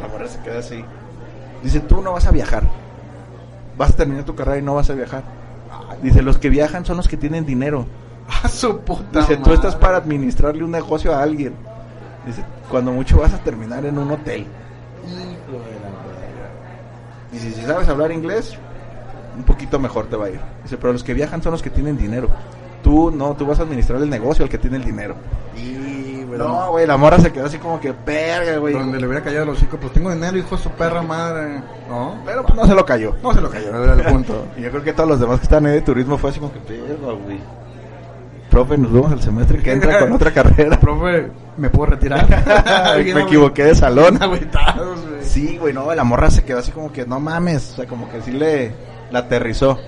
[SPEAKER 2] La morra se queda así. Dice, tú no vas a viajar. Vas a terminar tu carrera y no vas a viajar. Dice, los que viajan son los que tienen dinero.
[SPEAKER 1] A su puta
[SPEAKER 2] Dice, tú
[SPEAKER 1] madre.
[SPEAKER 2] estás para administrarle un negocio a alguien. Dice, cuando mucho vas a terminar en un hotel.
[SPEAKER 1] Hijo de la verga.
[SPEAKER 2] Dice, si sabes hablar inglés, un poquito mejor te va a ir. Dice, pero los que viajan son los que tienen dinero. Tú no, tú vas a administrar el negocio al que tiene el dinero.
[SPEAKER 1] Y, güey,
[SPEAKER 2] No, güey, la morra se quedó así como que verga, güey.
[SPEAKER 1] Donde le hubiera callado los hocico, pues tengo dinero, hijo de su perra madre. No,
[SPEAKER 2] Pero pues, no se lo cayó.
[SPEAKER 1] no se lo cayó, era el punto.
[SPEAKER 2] Y yo creo que todos los demás que estaban ahí de turismo fue así como que verga, güey. Profe, nos vemos el semestre que entra con otra carrera.
[SPEAKER 1] Profe, ¿me puedo retirar?
[SPEAKER 2] Me equivoqué de salón.
[SPEAKER 1] Bien agüitados, güey.
[SPEAKER 2] Sí, güey, no, la morra se quedó así como que no mames. O sea, como que sí le la aterrizó.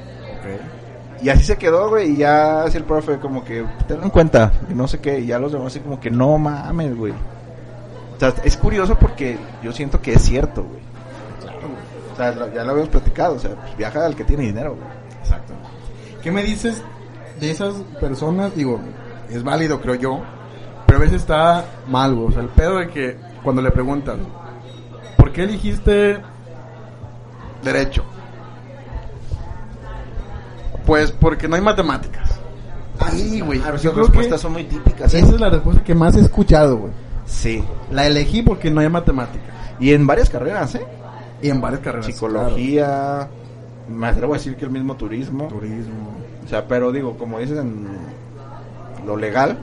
[SPEAKER 2] Y así se quedó, güey, y ya así el profe como que, ten en cuenta, y no sé qué, y ya los demás así como que, no mames, güey. O sea, es curioso porque yo siento que es cierto, güey. O sea, lo- ya lo habíamos platicado, o sea, pues, viaja al que tiene dinero, güey.
[SPEAKER 1] Exacto. ¿Qué me dices de esas personas? Digo, es válido, creo yo, pero a veces está mal, güey. O sea, el pedo de que cuando le preguntan, ¿por qué eligiste derecho? Pues porque no hay matemáticas. Ahí, Ah, güey.
[SPEAKER 2] Claro,
[SPEAKER 1] pues Yo
[SPEAKER 2] esas
[SPEAKER 1] creo que
[SPEAKER 2] respuestas son muy típicas. ¿eh?
[SPEAKER 1] esa es la respuesta que más he escuchado, güey.
[SPEAKER 2] Sí.
[SPEAKER 1] La elegí porque no hay matemáticas.
[SPEAKER 2] Y en varias carreras, ¿eh?
[SPEAKER 1] Y en varias carreras.
[SPEAKER 2] Psicología, me atrevo a decir que el mismo turismo.
[SPEAKER 1] claro. Turismo.
[SPEAKER 2] O sea, pero digo, como dices en lo legal,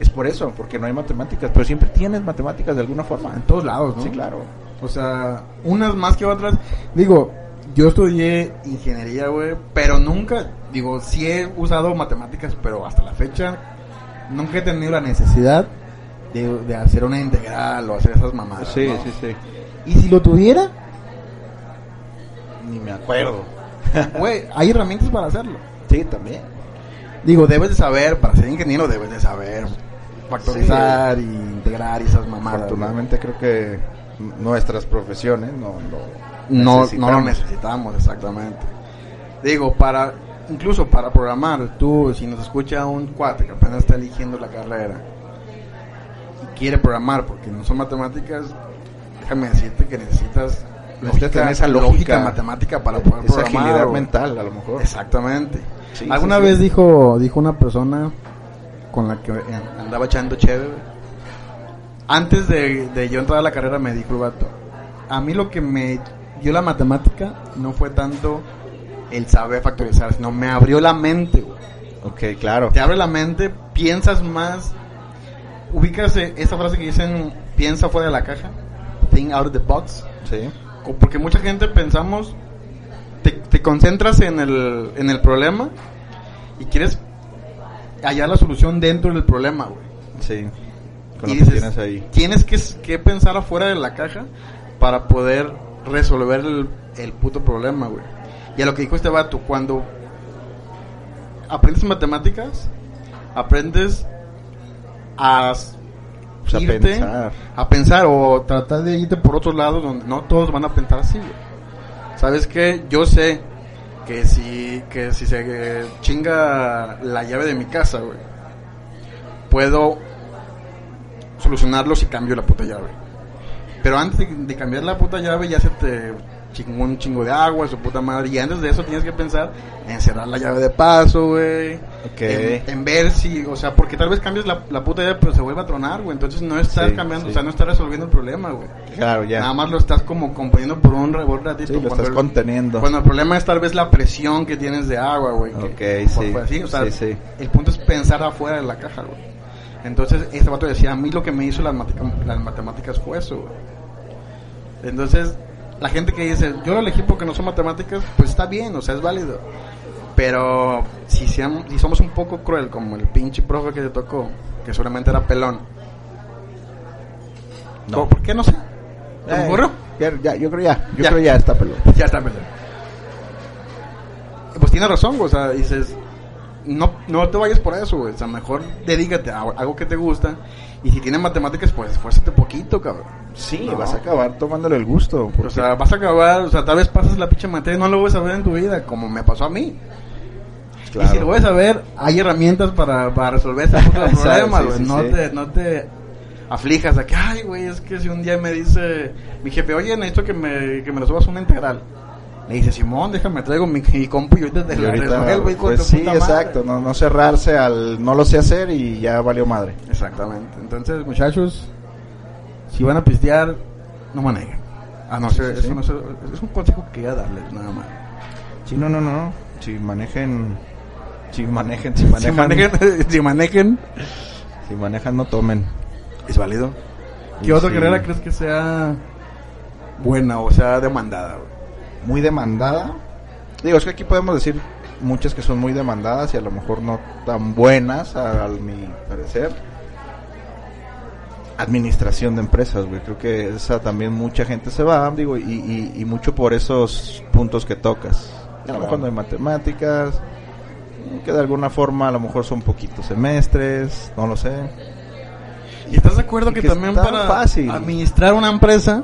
[SPEAKER 2] es por eso, porque no hay matemáticas, pero siempre tienes matemáticas de alguna forma.
[SPEAKER 1] En todos lados, ¿no?
[SPEAKER 2] Sí, claro.
[SPEAKER 1] O sea, unas más que otras. Digo, yo estudié ingeniería, güey, pero nunca, digo, sí he usado matemáticas, pero hasta la fecha nunca he tenido la necesidad de, de hacer una integral o hacer esas
[SPEAKER 2] Ah,
[SPEAKER 1] mamadas. ¿no?
[SPEAKER 2] sí.
[SPEAKER 1] Y si lo tuviera,
[SPEAKER 2] Ni me acuerdo.
[SPEAKER 1] güey, hay herramientas para hacerlo.
[SPEAKER 2] Sí, también.
[SPEAKER 1] Digo, debes de saber, para ser ingeniero debes de saber factorizar y integrar y esas mamadas.
[SPEAKER 2] eh. Afortunadamente creo que n- nuestras profesiones no lo
[SPEAKER 1] no, no lo
[SPEAKER 2] necesitamos.
[SPEAKER 1] necesitamos exactamente. Digo, para incluso para programar, tú si nos escucha un cuate que apenas está eligiendo la carrera y quiere programar porque no son matemáticas, déjame decirte que necesitas
[SPEAKER 2] Necesitas tener esa lógica.
[SPEAKER 1] matemática para poder
[SPEAKER 2] Esa
[SPEAKER 1] programar.
[SPEAKER 2] agilidad
[SPEAKER 1] o-
[SPEAKER 2] mental, a lo mejor.
[SPEAKER 1] Exactamente.
[SPEAKER 2] Sí,
[SPEAKER 1] Alguna
[SPEAKER 2] sí, sí.
[SPEAKER 1] vez dijo dijo una persona con la que eh, andaba echando chévere. Antes de, de yo entrar a la carrera me dijo el vato, a mí lo que me dio la matemática no fue tanto el saber factorizar, sino me abrió la mente. güey.
[SPEAKER 2] Ok, claro.
[SPEAKER 1] Te abre la mente, piensas más, ubicas eh, esa frase que dicen, piensa fuera de la caja, think out of the box.
[SPEAKER 2] Sí.
[SPEAKER 1] O Porque mucha gente pensamos, te, te concentras en el, en el problema y quieres hallar la solución dentro del problema, güey.
[SPEAKER 2] Sí. Con
[SPEAKER 1] y
[SPEAKER 2] lo que
[SPEAKER 1] dices,
[SPEAKER 2] tienes ahí.
[SPEAKER 1] tienes que, s- que pensar afuera de la caja para poder resolver el, el puto problema, güey. Y a lo que dijo este vato, cuando aprendes matemáticas, aprendes a s-
[SPEAKER 2] O sea,
[SPEAKER 1] irte
[SPEAKER 2] pues, pensar.
[SPEAKER 1] a pensar o tratar de irte por otros lados donde no todos van a pensar así. güey. ¿Sabes qué? Yo sé que si, que si se eh, chinga la llave de mi casa, güey, puedo solucionarlo si cambio la puta llave. Pero antes de, de cambiar la puta llave ya se te chingó un chingo de agua, su puta madre. Y antes de eso tienes que pensar en cerrar la llave de paso, güey.
[SPEAKER 2] Ok.
[SPEAKER 1] En, en ver si, o sea, porque tal vez cambies la, la puta llave, pero se vuelve a tronar, güey. Entonces no estás
[SPEAKER 2] Sí,
[SPEAKER 1] cambiando,
[SPEAKER 2] sí.
[SPEAKER 1] o sea, no estás resolviendo el problema, güey.
[SPEAKER 2] Claro, ya.
[SPEAKER 1] Nada más lo estás como componiendo por un rebote ratito.
[SPEAKER 2] Sí, lo
[SPEAKER 1] cuando
[SPEAKER 2] estás
[SPEAKER 1] el-
[SPEAKER 2] conteniendo.
[SPEAKER 1] Bueno, el problema es tal vez la presión que tienes de agua, güey. que-
[SPEAKER 2] Ok,
[SPEAKER 1] por-
[SPEAKER 2] sí,
[SPEAKER 1] por así, o sea,
[SPEAKER 2] sí, sí.
[SPEAKER 1] El punto es pensar afuera de la caja, güey. Entonces, este vato decía, a mí lo que me hizo las, matica- las matemáticas fue eso, güey. Entonces, la gente que dice, yo lo elegí porque no son matemáticas, pues está bien, o sea, es válido. Pero si, seamos- si somos un poco cruel, como el pinche profe que te tocó, que solamente era pelón.
[SPEAKER 2] No.
[SPEAKER 1] ¿Por qué no sé? ¿Te
[SPEAKER 2] Eh,
[SPEAKER 1] ocurrió?
[SPEAKER 2] ya, ya, yo creo ya. Yo
[SPEAKER 1] Ya.
[SPEAKER 2] creo ya está pelón.
[SPEAKER 1] Ya está, perdón. Pues tiene razón, güey. O sea, dices, no, no te vayas por eso, güey. O sea, mejor dedícate a algo que te gusta. Y si tienes matemáticas, pues esfuérzate poquito, cabrón.
[SPEAKER 2] Sí,
[SPEAKER 1] No.
[SPEAKER 2] vas a acabar tomándole el gusto.
[SPEAKER 1] O sea, vas a acabar, o sea, tal vez pasas la pinche materia y no lo vas a ver en tu vida, como me pasó a mí. Y si lo vas a ver, hay herramientas para, para resolver ese tipo de
[SPEAKER 2] Exacto,
[SPEAKER 1] problemas,
[SPEAKER 2] sí,
[SPEAKER 1] güey.
[SPEAKER 2] sí,
[SPEAKER 1] no,
[SPEAKER 2] sí.
[SPEAKER 1] Te, no te aflijas de que, ay, güey, es que si un día me dice mi jefe, oye, necesito que me, que me resuelvas una integral. Le dice, Simón, déjame, traigo mi, mi compu y ahorita te
[SPEAKER 2] Y
[SPEAKER 1] la
[SPEAKER 2] ahorita,
[SPEAKER 1] resuelvo, hijo de
[SPEAKER 2] pues
[SPEAKER 1] tu
[SPEAKER 2] sí,
[SPEAKER 1] puta madre".
[SPEAKER 2] exacto, no, no cerrarse al no lo sé hacer y ya valió madre.
[SPEAKER 1] Exactamente. Entonces, muchachos, si van a pistear, no manejen. Ah, no,
[SPEAKER 2] Sí,
[SPEAKER 1] sé,
[SPEAKER 2] sí,
[SPEAKER 1] eso
[SPEAKER 2] sí.
[SPEAKER 1] no sé, es un consejo que quería darles, nada más.
[SPEAKER 2] Sí, no, no, no, no. Si manejen, si manejen, si manejan,
[SPEAKER 1] Si manejen, si manejen,
[SPEAKER 2] si manejan, no tomen.
[SPEAKER 1] es válido. ¿Qué
[SPEAKER 2] Y
[SPEAKER 1] otra
[SPEAKER 2] sí,
[SPEAKER 1] carrera crees que sea buena o sea demandada? güey?
[SPEAKER 2] Muy demandada. Digo, es que aquí podemos decir muchas que son muy demandadas y a lo mejor no tan buenas, a, a mi parecer. Administración de empresas, güey. Creo que esa también mucha gente se va, digo, y, y- y mucho por esos puntos que tocas. A lo mejor no hay matemáticas, que de alguna forma a lo mejor son poquitos semestres, no lo sé.
[SPEAKER 1] ¿Y estás de acuerdo
[SPEAKER 2] Y
[SPEAKER 1] que,
[SPEAKER 2] que
[SPEAKER 1] también
[SPEAKER 2] está
[SPEAKER 1] para
[SPEAKER 2] fácil.
[SPEAKER 1] administrar una empresa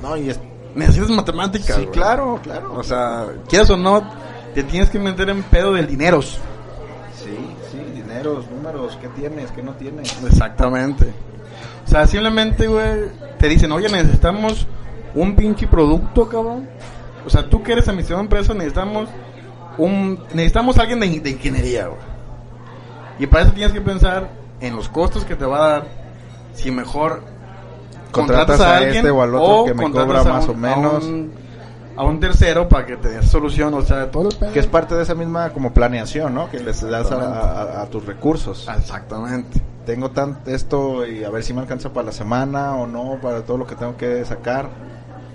[SPEAKER 2] No, y es...
[SPEAKER 1] necesitas matemáticas?
[SPEAKER 2] Sí,
[SPEAKER 1] güey?
[SPEAKER 2] claro, claro.
[SPEAKER 1] O sea, quieras o no, te tienes que meter en pedo del dineros.
[SPEAKER 2] Sí, sí, dineros, números, ¿qué tienes, qué no tienes?
[SPEAKER 1] Exactamente. O sea, simplemente, güey, te dicen, oye, necesitamos un pinche producto, cabrón. O sea, tú que eres administrador de empresa, necesitamos un, necesitamos alguien de, de ingeniería, güey. Y para eso tienes que pensar en los costos que te va a dar, si mejor
[SPEAKER 2] Contratas a este o al otro que me
[SPEAKER 1] contratas
[SPEAKER 2] cobra
[SPEAKER 1] a
[SPEAKER 2] más o menos.
[SPEAKER 1] A un, a un tercero para que te dé solución, o sea, todo el pedo.
[SPEAKER 2] Que es parte de esa misma como planeación, ¿no? Que les das a, a- a tus recursos.
[SPEAKER 1] Ah. Exactamente.
[SPEAKER 2] Tengo tan, esto y a ver si me alcanza para la semana o no, para todo lo que tengo que sacar.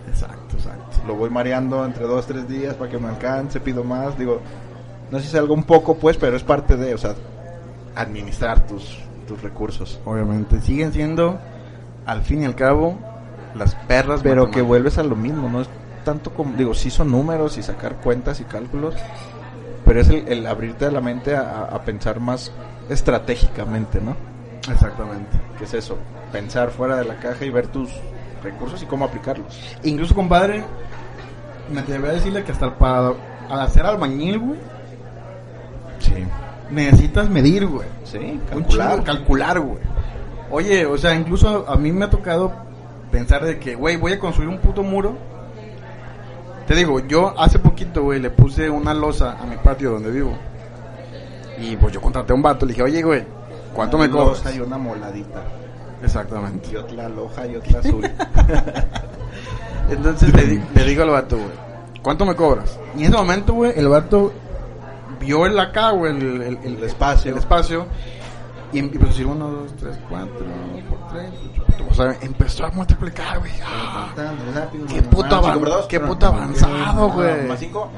[SPEAKER 1] Exacto, exacto.
[SPEAKER 2] Lo voy mareando entre dos, tres días para que me alcance, pido más. Digo, no sé si es algo un poco, pues, pero es parte de, o sea, administrar tus, tus recursos.
[SPEAKER 1] Obviamente, siguen siendo, al fin y al cabo, las perras.
[SPEAKER 2] Pero que
[SPEAKER 1] matemáticas.
[SPEAKER 2] vuelves a lo mismo, no es tanto como, digo, sí son números y sacar cuentas y cálculos, pero es el, el abrirte la mente a, a pensar más estratégicamente, ¿no?
[SPEAKER 1] Exactamente.
[SPEAKER 2] ¿Qué es eso? Pensar fuera de la caja y ver tus recursos y cómo aplicarlos.
[SPEAKER 1] Incluso, compadre, me atrevería a decirle que hasta para al hacer albañil, güey,
[SPEAKER 2] Sí.
[SPEAKER 1] necesitas medir, güey.
[SPEAKER 2] Sí,
[SPEAKER 1] Un chingo,
[SPEAKER 2] calcular.
[SPEAKER 1] calcular, güey. Oye, o sea, incluso a mí me ha tocado pensar de que, güey, voy a construir un puto muro. Te digo, yo hace poquito, güey, le puse una losa a mi patio donde vivo. Y pues yo contraté a un vato, le dije, oye, güey, ¿cuánto me
[SPEAKER 2] Una loja
[SPEAKER 1] cobras?
[SPEAKER 2] Y una moladita.
[SPEAKER 1] Exactamente.
[SPEAKER 2] Y otra loja y otra azul.
[SPEAKER 1] Entonces le, di- le digo al vato, güey, ¿cuánto me cobras? Y en ese momento, güey, el vato vio el acá, güey, el, el- el-
[SPEAKER 2] El espacio.
[SPEAKER 1] el espacio, y em- y empezó a decir 1, 2, 3, 4, por 3, o sea, empezó a multiplicar, güey. Ah, Qué puto avan- qué puto avanzado, güey.
[SPEAKER 2] Más cinco.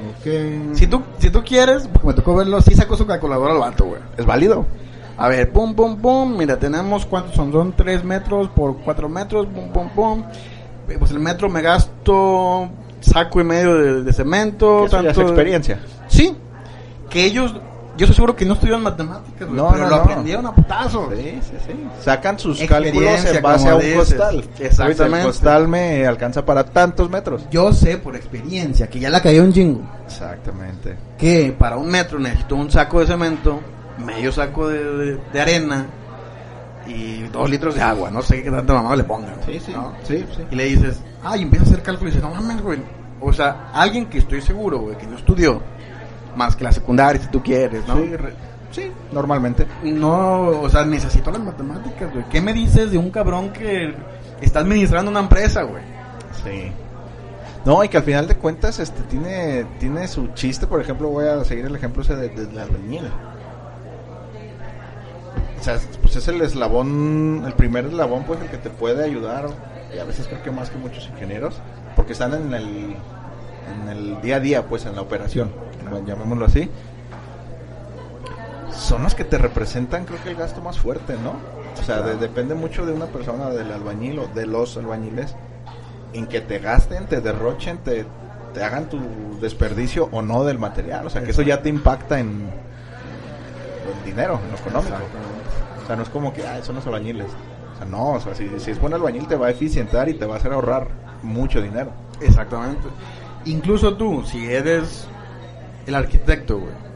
[SPEAKER 1] Si tú, si tú quieres, porque me tocó verlo, sí sacó su calculadora al vato, güey.
[SPEAKER 2] Es válido.
[SPEAKER 1] A ver, pum, pum, pum. Mira, tenemos cuántos son. Son 3 metros por 4 metros. Pum, pum, pum. Eh, Pues el metro me gasto saco y medio de, de cemento.
[SPEAKER 2] Eso ya es
[SPEAKER 1] tanto de-
[SPEAKER 2] experiencia.
[SPEAKER 1] Sí. Que ellos, yo estoy seguro que no estudiaron matemáticas, güey,
[SPEAKER 2] No,
[SPEAKER 1] pero
[SPEAKER 2] no,
[SPEAKER 1] lo
[SPEAKER 2] no.
[SPEAKER 1] aprendieron a putazos.
[SPEAKER 2] Sí, sí, sí. Sacan sus
[SPEAKER 1] Experiencia,
[SPEAKER 2] cálculos en base
[SPEAKER 1] como
[SPEAKER 2] a un
[SPEAKER 1] dices.
[SPEAKER 2] costal.
[SPEAKER 1] Exactamente.
[SPEAKER 2] Oye, El costal me alcanza para tantos metros.
[SPEAKER 1] Yo sé por experiencia que ya la cayó un chingo.
[SPEAKER 2] Exactamente.
[SPEAKER 1] Que para un metro necesito un saco de cemento, medio saco de, de- de arena y dos litros de agua. No sé qué tanta mamá le pongan. güey, ¿no?
[SPEAKER 2] Sí, sí.
[SPEAKER 1] Y le dices, ah, y empieza a hacer cálculo y dices, no mames, güey. O sea, alguien que estoy seguro, güey, que no estudió más que la secundaria, si tú quieres, ¿no?
[SPEAKER 2] Sí, re- sí, normalmente.
[SPEAKER 1] No, o sea, necesito las matemáticas, güey. ¿Qué me dices de un cabrón que está administrando una empresa, güey?
[SPEAKER 2] Sí. No, y que al final de cuentas este tiene tiene su chiste, por ejemplo, voy a seguir el ejemplo ese de, de la albañil. O sea, pues es el eslabón, el primer eslabón pues el que te puede ayudar o- y a veces creo que más que muchos ingenieros porque están en el en el día a día, pues en la operación, ¿no? llamémoslo así. Son los que te representan creo que el gasto más fuerte, ¿no? O sea, de- depende mucho de una persona, del albañil o de los albañiles en que te gasten, te derrochen, te, te hagan tu desperdicio o no del material. O sea, que eso ya te impacta en el dinero, en lo económico. O sea, no es como que, ah, son los albañiles. O sea, no, o sea, si, si es buen albañil te va a eficientar y te va a hacer ahorrar mucho dinero.
[SPEAKER 1] Exactamente. Incluso tú, si eres el arquitecto, güey.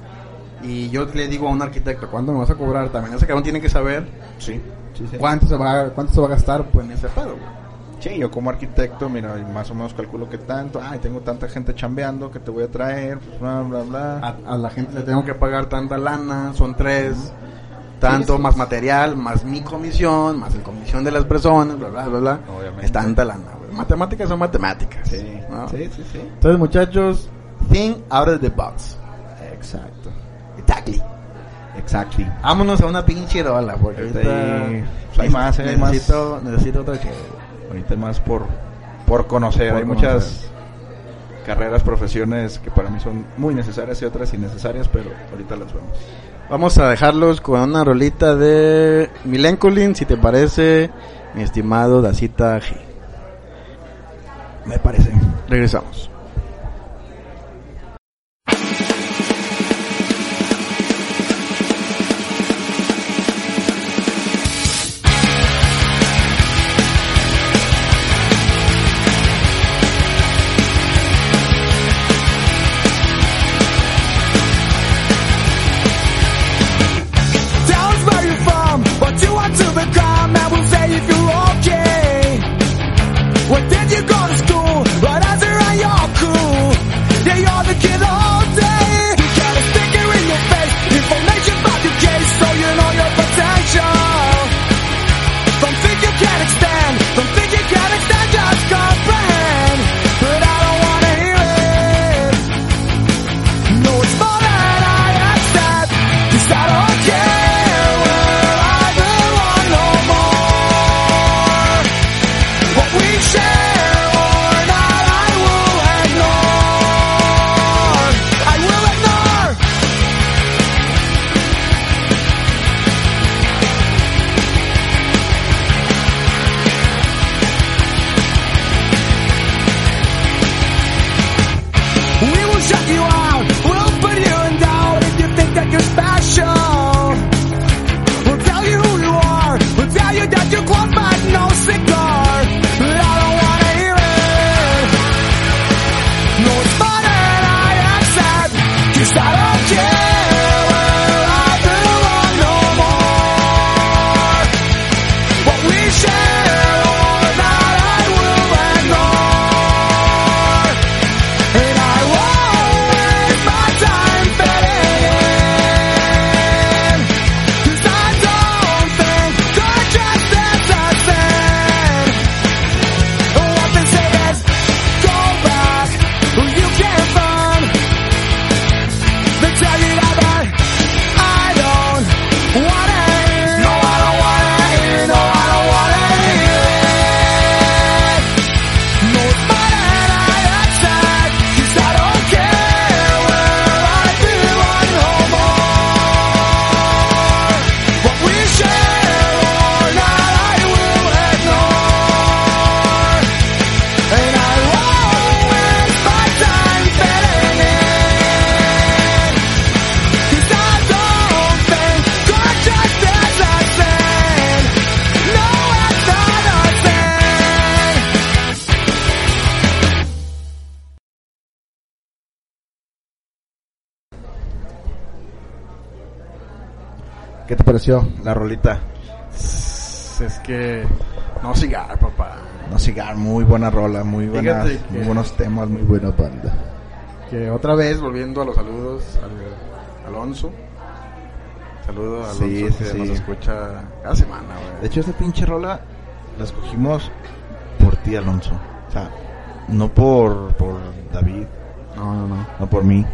[SPEAKER 1] Y yo le digo a un arquitecto, ¿cuánto me vas a cobrar? También ese cabrón tiene que saber
[SPEAKER 2] Sí. Sí, sí.
[SPEAKER 1] cuánto se va a, cuánto se va a gastar pues, en ese pedo, güey.
[SPEAKER 2] Sí, yo como arquitecto, mira, más o menos calculo que tanto, ay, tengo tanta gente chambeando que te voy a traer, pues, bla, bla, bla.
[SPEAKER 1] A, a la gente le tengo que pagar tanta lana, son tres, tanto más material, más mi comisión, más el comisión de las personas, bla, bla, bla, bla.
[SPEAKER 2] Obviamente.
[SPEAKER 1] Es tanta lana, güey. Matemáticas son matemáticas.
[SPEAKER 2] sí.
[SPEAKER 1] ¿no?
[SPEAKER 2] sí, sí, sí.
[SPEAKER 1] Entonces, muchachos, think out of the box.
[SPEAKER 2] Exacto.
[SPEAKER 1] Exactly.
[SPEAKER 2] Exacto.
[SPEAKER 1] Vámonos a una pinche rola, porque
[SPEAKER 2] Ahorita
[SPEAKER 1] ahorita
[SPEAKER 2] hay- pues hay más, ¿eh? Hay más.
[SPEAKER 1] necesito, necesito otra chévere.
[SPEAKER 2] Ahorita más por, por conocer.
[SPEAKER 1] Por
[SPEAKER 2] Hay muchas carreras, profesiones que para mí son muy necesarias y otras innecesarias, pero ahorita las vemos.
[SPEAKER 1] Vamos a dejarlos con una rolita de Milenkulin, si te parece, mi estimado Dacita G.
[SPEAKER 2] Me parece.
[SPEAKER 1] Regresamos.
[SPEAKER 3] Tell us where you're from, what you want to become, and we'll say if you're okay. Where did you go to school? What answer are you cool? Yeah, you're the kid all day. You got a sticker in your face, information about your case, so you know your potential. Don't think you can extend, don't think you can extend, just comprehend. But I don't wanna hear it. No, it's more than I accept. Cause I don't care where I belong no more. What we share or not, I will ignore. I will ignore. We will shut you out. We'll put you in doubt if you think that you're special. We'll tell you who you are. We'll tell you that you're qualified, no cigar. But I don't wanna hear it. No, it's fine and I accept. Cause I don't care where I belong no more. What we share or not, I will ignore. And I won't waste my time fitting in. 'Cause I don't think they're just as I said. What they say is, go back where you came from. They tell you that, but I don't wanna hear. No, I don't wanna hear. No, I don't wanna hear it. No, it's mine and I accept. 'Cause I don't care where I belong no more. What we share or not, I will ignore. And I won't waste my time fitting in. 'Cause I don't think you're just as I said. No, I'm not a fan.
[SPEAKER 2] ¿Qué te pareció la rolita?
[SPEAKER 1] Es que No cigar, papá.
[SPEAKER 2] No cigar, muy buena rola, muy, buenas,
[SPEAKER 1] Fíjate que-
[SPEAKER 2] muy buenos temas, muy buena banda.
[SPEAKER 1] Que otra vez, volviendo a los saludos al Alonso. Saludo a Alonso
[SPEAKER 2] Sí, sí,
[SPEAKER 1] que
[SPEAKER 2] sí.
[SPEAKER 1] nos escucha cada semana,
[SPEAKER 2] De
[SPEAKER 1] güey.
[SPEAKER 2] hecho, esa pinche rola la escogimos por ti, Alonso. O sea, no por, por David,
[SPEAKER 1] No, no, no.
[SPEAKER 2] no por mí.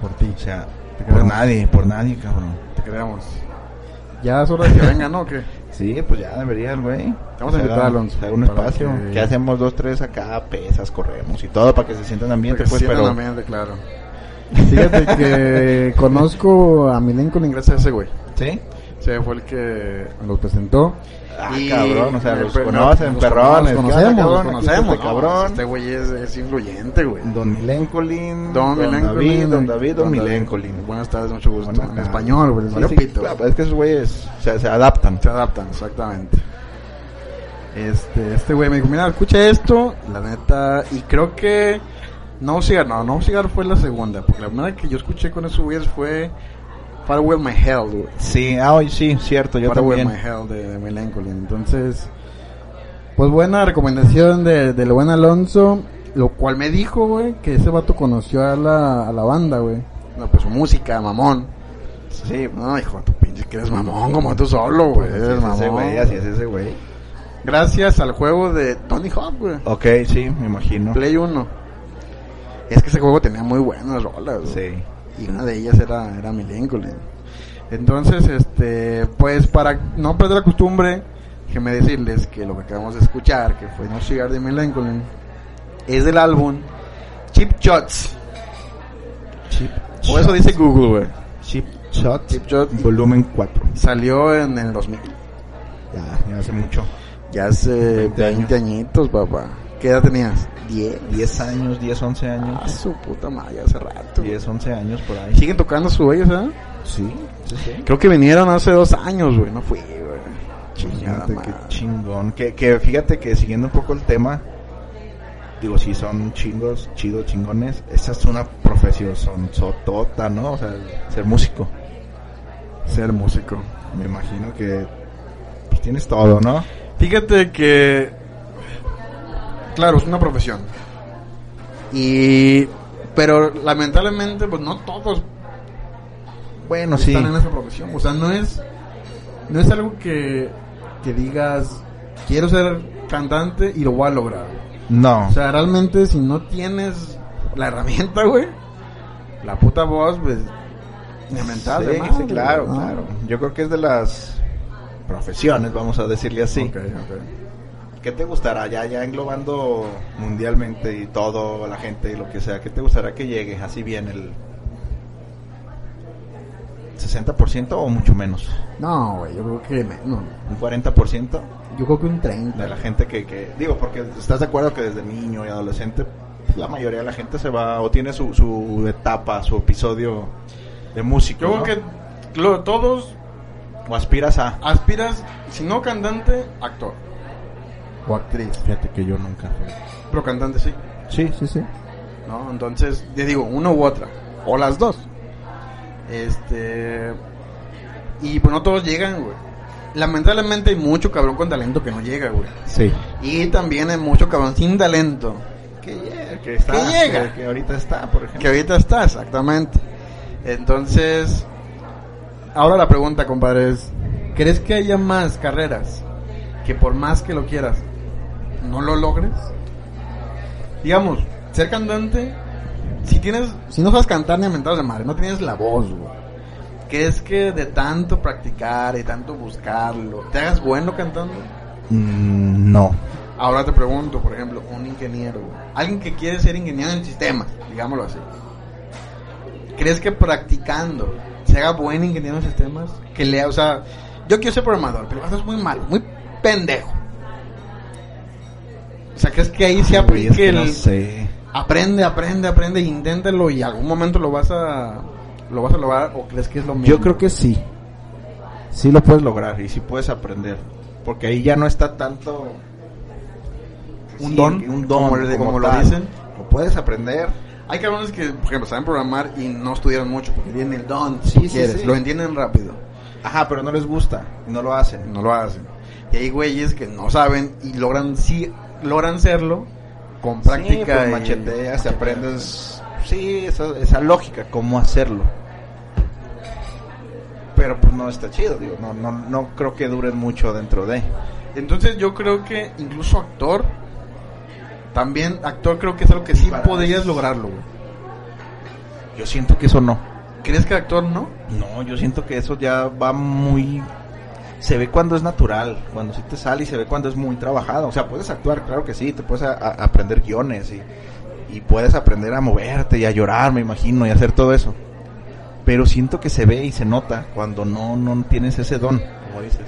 [SPEAKER 1] Por ti.
[SPEAKER 2] O sea,
[SPEAKER 1] Te
[SPEAKER 2] por
[SPEAKER 1] queremos.
[SPEAKER 2] nadie, por nadie, cabrón.
[SPEAKER 1] Te creamos. Ya es hora de que venga, ¿no? ¿O qué?
[SPEAKER 2] Sí, pues ya debería el güey.
[SPEAKER 1] Vamos a
[SPEAKER 2] Que
[SPEAKER 1] invitar a
[SPEAKER 2] haga-
[SPEAKER 1] Alonso
[SPEAKER 2] que haga un
[SPEAKER 1] para
[SPEAKER 2] espacio.
[SPEAKER 1] que-
[SPEAKER 2] Que... hacemos dos, tres acá, pesas, corremos y todo para que se sientan ambiente,
[SPEAKER 1] Porque
[SPEAKER 2] pues,
[SPEAKER 1] sí,
[SPEAKER 2] pero...
[SPEAKER 1] también, claro. Fíjate que conozco a mi Lincoln ingresa ese güey.
[SPEAKER 2] ¿Sí?
[SPEAKER 1] Se fue el que los presentó.
[SPEAKER 2] Ah,
[SPEAKER 1] Y-
[SPEAKER 2] cabrón, o sea,
[SPEAKER 1] eh,
[SPEAKER 2] los
[SPEAKER 1] pero-
[SPEAKER 2] conocen,
[SPEAKER 1] los
[SPEAKER 2] perrones.
[SPEAKER 1] cono-
[SPEAKER 2] ¿Qué
[SPEAKER 1] Los
[SPEAKER 2] onda,
[SPEAKER 1] conocemos, los
[SPEAKER 2] cabrón? Aquí está
[SPEAKER 1] conocemos.
[SPEAKER 2] este
[SPEAKER 1] No,
[SPEAKER 2] cabrón.
[SPEAKER 1] Este güey es, es influyente, güey.
[SPEAKER 2] Don Milencolin.
[SPEAKER 1] Don
[SPEAKER 2] David,
[SPEAKER 1] Milencolin.
[SPEAKER 2] don David, don
[SPEAKER 1] David.
[SPEAKER 2] Milencolin.
[SPEAKER 1] Buenas tardes, mucho gusto.
[SPEAKER 2] Buenas
[SPEAKER 1] en
[SPEAKER 2] tardes.
[SPEAKER 1] español, güey. les valió
[SPEAKER 2] Sí, sí,
[SPEAKER 1] pito.
[SPEAKER 2] claro, es que esos güeyes o sea, se adaptan.
[SPEAKER 1] Se adaptan, exactamente. Este, este güey me dijo, mira, escucha esto, la neta, y creo que No Cigar, no, No Cigar fue la segunda, porque la primera que yo escuché con esos güeyes fue Farewell My Hell, güey.
[SPEAKER 2] Sí, ah, hoy sí, cierto, yo
[SPEAKER 1] Farewell
[SPEAKER 2] también.
[SPEAKER 1] My Hell de, de Melancholy. Entonces, pues buena recomendación de, de buen Alonso, lo cual me dijo, güey, que ese vato conoció a la, a la banda, güey. No, pues su música, mamón.
[SPEAKER 2] Sí,
[SPEAKER 1] No, hijo, tu pinche que eres mamón como tú solo, güey.
[SPEAKER 2] pues, así
[SPEAKER 1] Eres
[SPEAKER 2] es ese
[SPEAKER 1] mamón.
[SPEAKER 2] güey, así es ese güey.
[SPEAKER 1] Gracias al juego de Tony Hawk, güey.
[SPEAKER 2] Ok, sí, me imagino.
[SPEAKER 1] Play 1. Es que ese juego tenía muy buenas rolas, güey.
[SPEAKER 2] Sí.
[SPEAKER 1] Y una de ellas era, era mi Lincoln. Entonces, este, pues para no perder la costumbre, déjenme decirles que lo que acabamos de escuchar, que fue No Cigar de mi Lincoln, es del álbum Chip Shots.
[SPEAKER 2] Chip.
[SPEAKER 1] Por eso dice Google, güey.
[SPEAKER 2] Chip Shot.
[SPEAKER 1] Chip Shot.
[SPEAKER 2] Volumen 4.
[SPEAKER 1] Salió en el 2000.
[SPEAKER 2] Ya, ya hace mucho.
[SPEAKER 1] Ya hace 20,
[SPEAKER 2] 20 años.
[SPEAKER 1] añitos, papá. ¿Qué edad tenías? 10.
[SPEAKER 2] 10 años, 10, 11
[SPEAKER 1] Ah,
[SPEAKER 2] años.
[SPEAKER 1] su puta madre, hace rato. güey.
[SPEAKER 2] 10, 11 años por ahí.
[SPEAKER 1] Siguen tocando su ellos, ¿eh?
[SPEAKER 2] Sí, sí, sí.
[SPEAKER 1] Creo que vinieron hace dos años, güey. No fui, güey. Chingada
[SPEAKER 2] Fíjate
[SPEAKER 1] madre.
[SPEAKER 2] qué chingón. Que, que fíjate que siguiendo un poco el tema, digo, si son chingos, chidos, chingones, esa es una profesión son sotota, ¿no? O sea, ser músico.
[SPEAKER 1] Ser músico.
[SPEAKER 2] Me imagino que pues, tienes todo, ¿no?
[SPEAKER 1] Fíjate que. Claro, es una profesión. Y. Pero lamentablemente, pues no todos
[SPEAKER 2] Bueno, sí.
[SPEAKER 1] están en esa profesión. O sea, no es. No es algo que. Que digas. Quiero ser cantante y lo voy a lograr.
[SPEAKER 2] No.
[SPEAKER 1] O sea, realmente si no tienes la herramienta, güey. La puta voz, pues. Lamentable,
[SPEAKER 2] Sí, sí, claro, claro. Yo creo que es de las profesiones, vamos a decirle así.
[SPEAKER 1] Ok, ok.
[SPEAKER 2] ¿Qué te gustará ya, ya englobando mundialmente y todo, la gente y lo que sea? ¿Qué te gustará que llegue así bien el 60% o mucho menos?
[SPEAKER 1] No, güey, yo creo que menos.
[SPEAKER 2] ¿Un 40%
[SPEAKER 1] Yo creo que un 30.
[SPEAKER 2] de la gente que, que... Digo, porque estás de acuerdo que desde niño y adolescente pues, la mayoría de la gente se va o tiene su, su etapa, su episodio de músico,
[SPEAKER 1] Yo
[SPEAKER 2] ¿no?
[SPEAKER 1] creo que lo- todos
[SPEAKER 2] O aspiras a...
[SPEAKER 1] aspiras, si no cantante, actor. O actriz.
[SPEAKER 2] Fíjate que yo nunca.
[SPEAKER 1] Pero cantante sí.
[SPEAKER 2] Sí, sí, sí.
[SPEAKER 1] ¿No? Entonces, te digo, uno u otra. O las dos. Este. Y pues no todos llegan, güey. Lamentablemente hay mucho cabrón con talento que no llega, güey.
[SPEAKER 2] Sí.
[SPEAKER 1] Y también hay mucho cabrón sin talento.
[SPEAKER 2] Que, llega, que, está,
[SPEAKER 1] Que llega.
[SPEAKER 2] Que, que ahorita está, por ejemplo.
[SPEAKER 1] Que ahorita está, exactamente. Entonces, ahora la pregunta, compadre, es, ¿crees que haya más carreras que por más que lo quieras, no lo logres? Digamos, ser cantante, si tienes, si no sabes cantar ni inventados de madre, no tienes la voz, güey. ¿Crees que de tanto practicar y tanto buscarlo, te hagas bueno cantando?
[SPEAKER 2] Mm, no.
[SPEAKER 1] Ahora te pregunto, por ejemplo, un ingeniero, güey. alguien que quiere ser ingeniero en sistemas, digámoslo así. ¿Crees que practicando se haga buen ingeniero en sistemas? Que lea, o sea, yo quiero ser programador, pero lo haces muy malo, muy pendejo. O sea, ¿crees que ahí se
[SPEAKER 2] Güey,
[SPEAKER 1] aplique
[SPEAKER 2] es que no
[SPEAKER 1] el-
[SPEAKER 2] sé.
[SPEAKER 1] aprende, aprende, aprende, inténtalo y algún momento lo vas a lo vas a lograr o crees que es lo mismo?
[SPEAKER 2] Yo creo que sí. Sí lo puedes lograr y sí puedes aprender. Porque ahí ya no está tanto...
[SPEAKER 1] Un
[SPEAKER 2] Sí,
[SPEAKER 1] don,
[SPEAKER 2] un don,
[SPEAKER 1] como le- como lo
[SPEAKER 2] tal.
[SPEAKER 1] dicen.
[SPEAKER 2] Lo puedes aprender.
[SPEAKER 1] Hay cabrones que, por ejemplo, saben programar y no estudiaron mucho porque tienen el don, si
[SPEAKER 2] Sí, sí,
[SPEAKER 1] quieres,
[SPEAKER 2] sí.
[SPEAKER 1] lo entienden rápido.
[SPEAKER 2] Ajá, pero no les gusta y no lo hacen.
[SPEAKER 1] no lo hacen. Y Y hay güeyes que no saben y logran sí logran serlo con práctica.
[SPEAKER 2] pues,
[SPEAKER 1] y-
[SPEAKER 2] macheteas, te aprendes. Sí, esa, esa lógica, cómo hacerlo. Pero pues no está chido, digo, no, no, no creo que duren mucho dentro de.
[SPEAKER 1] Entonces yo creo que incluso actor, también actor creo que es algo que sí
[SPEAKER 2] Para-
[SPEAKER 1] podrías lograrlo, güey.
[SPEAKER 2] Yo siento que eso no.
[SPEAKER 1] ¿Crees que actor no?
[SPEAKER 2] No, yo siento que eso ya va muy... Se ve cuando es natural, cuando sí te sale y se ve cuando es muy trabajado. O sea, puedes actuar, claro que sí, te puedes a- a- aprender guiones y, y puedes aprender a moverte y a llorar, me imagino, y hacer todo eso. Pero siento que se ve y se nota cuando no, no tienes ese don, como dices.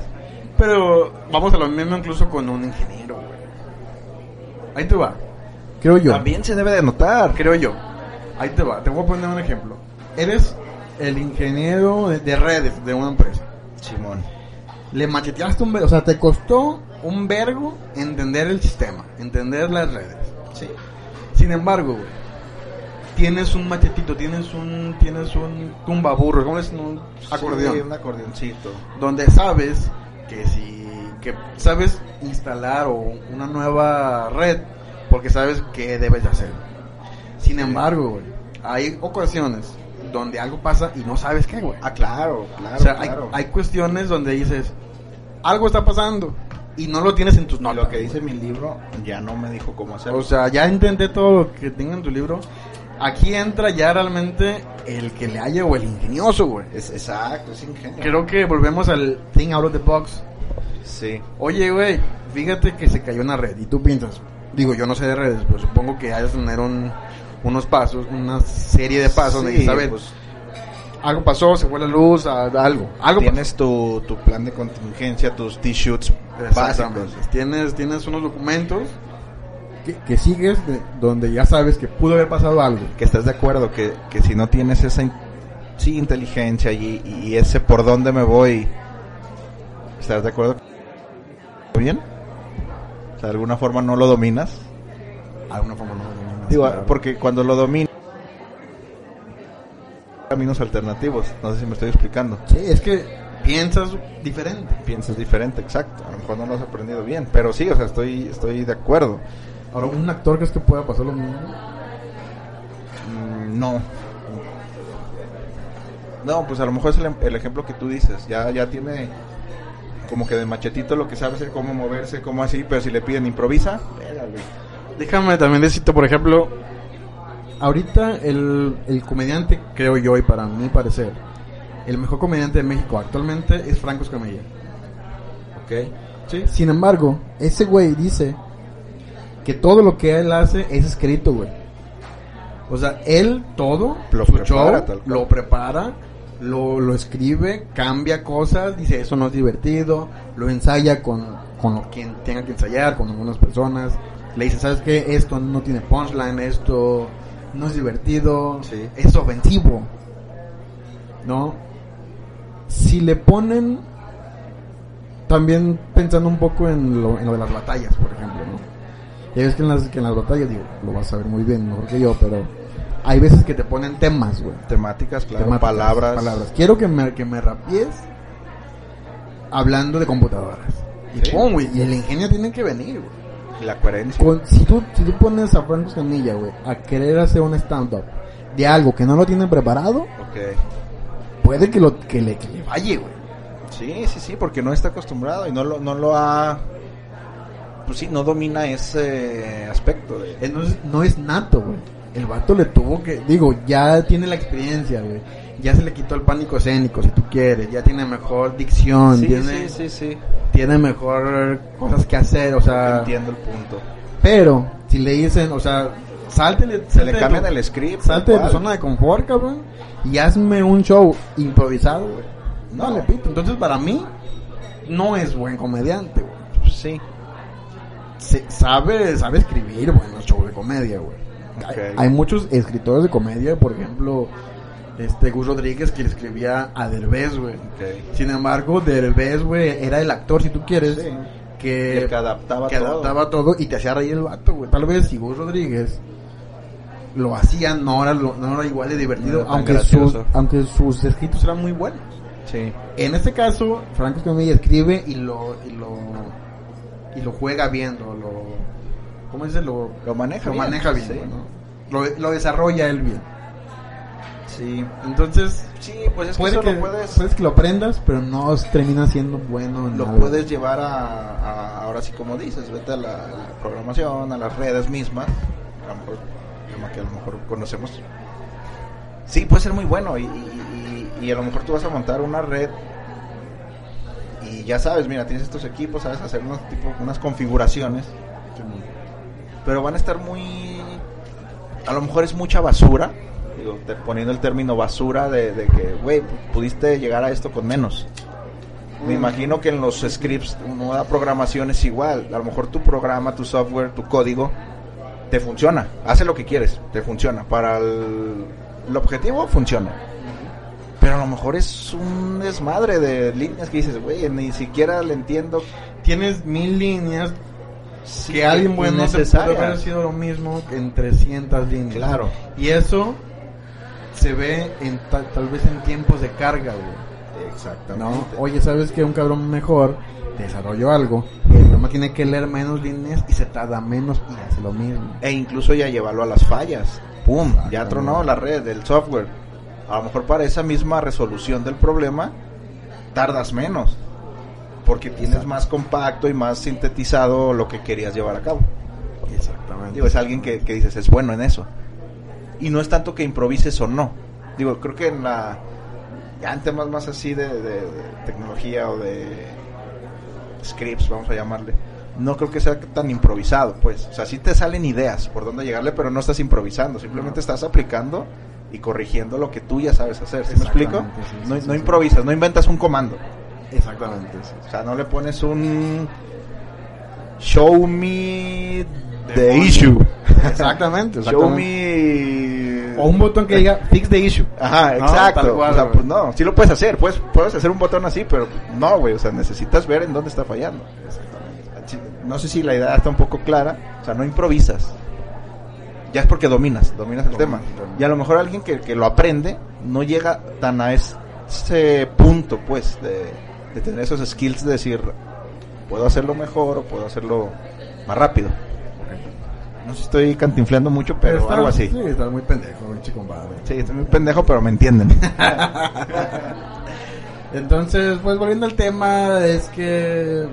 [SPEAKER 1] Pero vamos a lo mismo incluso con un ingeniero, güey. Ahí te va, creo yo.
[SPEAKER 2] También se debe de notar.
[SPEAKER 1] Creo yo. Ahí te va, te voy a poner un ejemplo. Eres el ingeniero de- de redes de una empresa.
[SPEAKER 2] Simón.
[SPEAKER 1] Le macheteaste un vergo, o sea, te costó un vergo entender el sistema, entender las redes.
[SPEAKER 2] Sí.
[SPEAKER 1] Sin embargo, güey, tienes un machetito, tienes un, tienes un tumbaburro, ¿cómo es? Un acordeón.
[SPEAKER 2] Sí, un acordeoncito.
[SPEAKER 1] Donde sabes que si, que sabes instalar o una nueva red porque sabes qué debes de hacer. Sin embargo, güey, hay ocasiones donde algo pasa y no sabes qué, güey.
[SPEAKER 2] Ah, claro, claro,
[SPEAKER 1] O sea, hay,
[SPEAKER 2] claro.
[SPEAKER 1] hay cuestiones donde dices, algo está pasando y no lo tienes en tus notas.
[SPEAKER 2] lo que dice mi libro ya no me dijo cómo hacerlo.
[SPEAKER 1] O sea, ya entendé todo lo que tenga en tu libro. Aquí entra ya realmente el que le haya o el ingenioso, güey.
[SPEAKER 2] es, exacto, es ingenio.
[SPEAKER 1] Creo que volvemos al thing out of the box.
[SPEAKER 2] Sí.
[SPEAKER 1] Oye, güey, fíjate que se cayó una red y tú piensas, digo, yo no sé de redes, pero supongo que hay que tener un- unos pasos, una serie de pasos de
[SPEAKER 2] Sí,
[SPEAKER 1] saber,
[SPEAKER 2] pues,
[SPEAKER 1] algo pasó, se fue la luz, a- algo, algo pasó.
[SPEAKER 2] tienes tu, tu plan de contingencia, tus t-shirts básicos.
[SPEAKER 1] Exactamente. Tienes, tienes unos documentos que, que sigues de- donde ya sabes que pudo haber pasado algo.
[SPEAKER 2] Que estás de acuerdo que, que si no tienes esa in- sí, inteligencia y, y ese por dónde me voy, ¿estás de acuerdo? ¿Bien? O sea, de alguna forma no lo dominas.
[SPEAKER 1] Alguna forma Ah, no lo dominas,
[SPEAKER 2] Digo,
[SPEAKER 1] claro.
[SPEAKER 2] porque cuando lo dominas, caminos alternativos. No sé si me estoy explicando.
[SPEAKER 1] Sí, es que piensas diferente.
[SPEAKER 2] Piensas diferente, exacto. A lo mejor no lo has aprendido bien. Pero sí, o sea, estoy, estoy de acuerdo.
[SPEAKER 1] Ahora, un actor crees que pueda pasar lo mismo.
[SPEAKER 2] Mm, No. No, pues a lo mejor es el, el ejemplo que tú dices. Ya, ya tiene como que de machetito lo que sabe hacer, cómo moverse, cómo así, pero si le piden improvisa, verga, güey.
[SPEAKER 1] Déjame también decirte, por ejemplo, ahorita el, el comediante, creo yo, y para mi parecer, el mejor comediante de México actualmente es Franco Escamilla. Sin embargo, ese güey dice que todo lo que él hace es escrito, güey. O sea, él todo
[SPEAKER 2] Lo
[SPEAKER 1] su
[SPEAKER 2] prepara,
[SPEAKER 1] show,
[SPEAKER 2] tal cual.
[SPEAKER 1] lo prepara, lo, lo escribe, cambia cosas, dice eso no es divertido, lo ensaya con, con lo quien tenga que ensayar, con algunas personas. Le dice, ¿sabes qué? Esto no tiene punchline, esto no es divertido,
[SPEAKER 2] Sí.
[SPEAKER 1] es ofensivo. ¿No? Si le ponen también pensando un poco en lo, en lo de las batallas, por ejemplo, ¿no? Ya ves que en las, que en las batallas, digo, lo vas a ver muy bien, mejor que yo, pero hay veces que te ponen temas, güey.
[SPEAKER 2] Temáticas, claro,
[SPEAKER 1] Temáticas,
[SPEAKER 2] palabras.
[SPEAKER 1] palabras. Quiero que me, que me rapies hablando de computadoras. Y
[SPEAKER 2] Sí.
[SPEAKER 1] pum, güey, y el ingenio tiene que venir, güey.
[SPEAKER 2] Y la coherencia.
[SPEAKER 1] Con- si, tú, si tú pones a Franco Escamilla, güey, a querer hacer un stand-up de algo que no lo tienen preparado,
[SPEAKER 2] Ok.
[SPEAKER 1] puede que, lo, que, le, que le falle, güey.
[SPEAKER 2] Sí, sí, sí, porque no está acostumbrado y no lo, no lo ha... Pues sí, no domina ese aspecto. De...
[SPEAKER 1] Entonces Eh, no es nato, güey. El vato le tuvo que, digo, ya tiene la experiencia, güey. Ya se le quitó el pánico escénico, si tú quieres. Ya tiene mejor dicción, tiene,
[SPEAKER 2] sí, sí.
[SPEAKER 1] tiene mejor cosas que hacer, o sea.
[SPEAKER 2] Entiendo el punto.
[SPEAKER 1] Pero si le dicen, o sea, salte,
[SPEAKER 2] Se le cambian el script.
[SPEAKER 1] Salte de tu
[SPEAKER 2] igual.
[SPEAKER 1] zona de confort, cabrón, y hazme un show improvisado, güey. No, le pito. Entonces, para mí, no es buen comediante, güey.
[SPEAKER 2] Sí.
[SPEAKER 1] Se- sabe, sabe escribir, güey, en los shows de comedia, güey. Hay-
[SPEAKER 2] Ok.
[SPEAKER 1] Hay, muchos escritores de comedia, por ejemplo, este Gus Rodríguez que le escribía a Derbez, güey.
[SPEAKER 2] Ok.
[SPEAKER 1] Sin embargo, Derbez, güey, era el actor, si tú quieres,
[SPEAKER 2] Sí.
[SPEAKER 1] que,
[SPEAKER 2] El que adaptaba
[SPEAKER 1] que
[SPEAKER 2] todo.
[SPEAKER 1] adaptaba todo y te hacía reír el vato, güey. Tal vez si Gus Rodríguez lo hacía, no era, lo- no era igual de divertido,
[SPEAKER 2] No era tan
[SPEAKER 1] aunque, sus,
[SPEAKER 2] gracioso.
[SPEAKER 1] aunque sus escritos eran muy buenos.
[SPEAKER 2] Sí.
[SPEAKER 1] En este caso, Franco Escamilla escribe y lo, y lo, y lo juega bien, lo, lo- ¿cómo dice? Lo,
[SPEAKER 2] Lo maneja
[SPEAKER 1] lo
[SPEAKER 2] bien,
[SPEAKER 1] maneja bien,
[SPEAKER 2] sí.
[SPEAKER 1] güey, ¿no? lo, lo desarrolla él bien.
[SPEAKER 2] Sí.
[SPEAKER 1] Entonces,
[SPEAKER 2] Sí, pues es que
[SPEAKER 1] puede
[SPEAKER 2] eso
[SPEAKER 1] que,
[SPEAKER 2] lo puedes,
[SPEAKER 1] puedes que lo aprendas, pero no es- termina siendo bueno. en
[SPEAKER 2] lo
[SPEAKER 1] nada.
[SPEAKER 2] puedes llevar a, a- ahora sí como dices, vete a la, a la programación, a las redes mismas, a lo mejor, tema que a lo mejor conocemos. Sí, puede ser muy bueno y, y- y- y a lo mejor tú vas a montar una red y ya sabes, mira, tienes estos equipos, sabes hacer unos tipo, unas configuraciones, pero van a estar muy, a lo mejor es mucha basura. Digo, te- poniendo el término basura de, de que, güey, pudiste llegar a esto con menos. Me imagino que en los scripts, nueva programación es igual. A lo mejor tu programa, tu software, tu código, te funciona. Hace lo que quieres, te funciona. Para el, el objetivo, funciona. Pero a lo mejor es un desmadre de líneas que dices, güey, ni siquiera le entiendo.
[SPEAKER 1] Tienes mil líneas
[SPEAKER 2] si
[SPEAKER 1] que alguien bueno te pudo
[SPEAKER 2] necesaria.
[SPEAKER 1] haber sido lo mismo que en 300 líneas.
[SPEAKER 2] Claro.
[SPEAKER 1] Y eso se ve en ta- tal vez en tiempos de carga, güey. ¿no?
[SPEAKER 2] Exactamente.
[SPEAKER 1] Oye, ¿sabes que un cabrón mejor desarrolló algo? Y el programa tiene que leer menos líneas y se tarda menos y hace lo mismo.
[SPEAKER 2] e incluso ya llevarlo a las fallas. ¡Pum! Ya
[SPEAKER 1] Exactamente.
[SPEAKER 2] tronó la red, el software. A lo mejor para esa misma resolución del problema tardas menos, porque tienes
[SPEAKER 1] Exacto.
[SPEAKER 2] más compacto y más sintetizado lo que querías llevar a cabo.
[SPEAKER 1] Exactamente.
[SPEAKER 2] Digo, es alguien que, que dices, es bueno en eso. Y no es tanto que improvises o no. Digo, creo que en la... Ya en temas más así de, de- de tecnología o de scripts, vamos a llamarle. No creo que sea tan improvisado, pues. O sea, sí te salen ideas por dónde llegarle, pero no estás improvisando. Simplemente
[SPEAKER 1] No.
[SPEAKER 2] estás aplicando y corrigiendo lo que tú ya sabes hacer. ¿Sí me explico?
[SPEAKER 1] Exactamente, sí, sí,
[SPEAKER 2] no
[SPEAKER 1] sí,
[SPEAKER 2] no
[SPEAKER 1] sí.
[SPEAKER 2] improvisas, no inventas un comando.
[SPEAKER 1] Exactamente. sí.
[SPEAKER 2] O sea, no le pones un... Show me the
[SPEAKER 1] Demonio.
[SPEAKER 2] issue.
[SPEAKER 1] Exactamente.
[SPEAKER 2] Show
[SPEAKER 1] exactamente.
[SPEAKER 2] me.
[SPEAKER 1] O un botón que diga fix the issue.
[SPEAKER 2] Ajá,
[SPEAKER 1] No,
[SPEAKER 2] exacto.
[SPEAKER 1] tal cual,
[SPEAKER 2] o sea,
[SPEAKER 1] güey.
[SPEAKER 2] pues no, sí lo puedes hacer. Puedes, puedes hacer un botón así, pero pues, no, güey. O sea, necesitas ver en dónde está fallando. Sí, No sé si la idea está un poco clara. O sea, no improvisas. Ya es porque dominas, dominas el
[SPEAKER 1] Dominas,
[SPEAKER 2] tema.
[SPEAKER 1] dominas.
[SPEAKER 2] Y a lo mejor alguien que, que lo aprende no llega tan a es- ese punto, pues, de, de tener esos skills de decir, puedo hacerlo mejor o puedo hacerlo más rápido. No sé si estoy cantinflando mucho, pero,
[SPEAKER 1] está-
[SPEAKER 2] algo así.
[SPEAKER 1] Sí, está muy pendejo, un chico madre.
[SPEAKER 2] Sí, estoy muy pendejo, pero me entienden.
[SPEAKER 1] Entonces, pues volviendo al tema, es que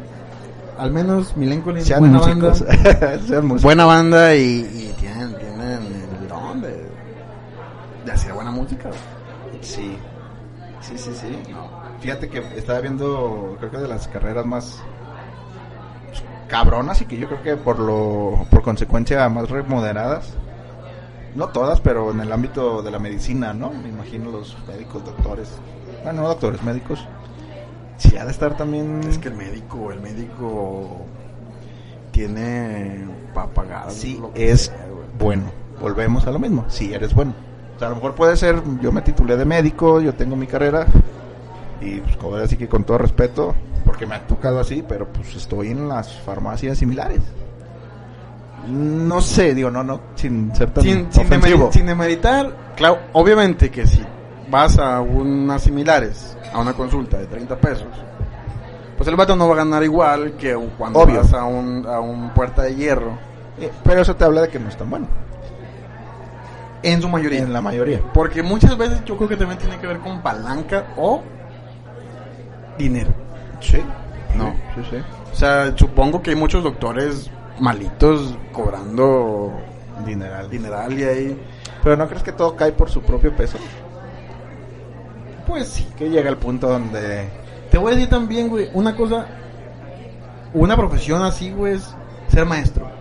[SPEAKER 1] al menos Milenko es
[SPEAKER 2] Sean
[SPEAKER 1] buena
[SPEAKER 2] músicos.
[SPEAKER 1] banda.
[SPEAKER 2] Sean músicos.
[SPEAKER 1] Buena banda y, y tienen, tienen el don de, de hacer buena música. güey.
[SPEAKER 2] Sí. Sí, sí, sí. Fíjate que estaba viendo, creo que de las carreras más pues, cabronas y que yo creo que por lo por consecuencia más remuneradas. No todas, pero en el ámbito de la medicina, ¿no? Me imagino los médicos, doctores. Bueno, no doctores, médicos. Sí, ha de estar también
[SPEAKER 1] Es que el médico, el médico tiene para pagar.
[SPEAKER 2] sí
[SPEAKER 1] lo que
[SPEAKER 2] es
[SPEAKER 1] sea, güey.
[SPEAKER 2] bueno. Volvemos a lo mismo. Si eres bueno. O sea, a lo mejor puede ser, yo me titulé de médico, yo tengo mi carrera y pues como así que con todo respeto, porque me ha tocado así, pero pues estoy en las farmacias similares. No sé, digo, no, no, sin ser tan
[SPEAKER 1] Sin, sin,
[SPEAKER 2] ofensivo.
[SPEAKER 1] demeri- sin demeritar, claro, obviamente que si vas a unas similares, a una consulta de 30 pesos, pues el vato no va a ganar igual que un- cuando
[SPEAKER 2] Obvio.
[SPEAKER 1] vas a un, a un puerta de hierro,
[SPEAKER 2] Eh, Pero eso te habla de que no es tan bueno.
[SPEAKER 1] en su mayoría.
[SPEAKER 2] En la mayoría.
[SPEAKER 1] Porque muchas veces yo creo que también tiene que ver con palanca o dinero.
[SPEAKER 2] Sí.
[SPEAKER 1] No.
[SPEAKER 2] Sí, sí.
[SPEAKER 1] O sea, supongo que hay muchos doctores malitos cobrando
[SPEAKER 2] Dineral.
[SPEAKER 1] dineral y ahí.
[SPEAKER 2] Pero no crees que todo cae por su propio peso.
[SPEAKER 1] Pues sí.
[SPEAKER 2] Que llega el punto donde
[SPEAKER 1] Te voy a decir también, güey, una cosa. Una profesión así, güey, es ser maestro.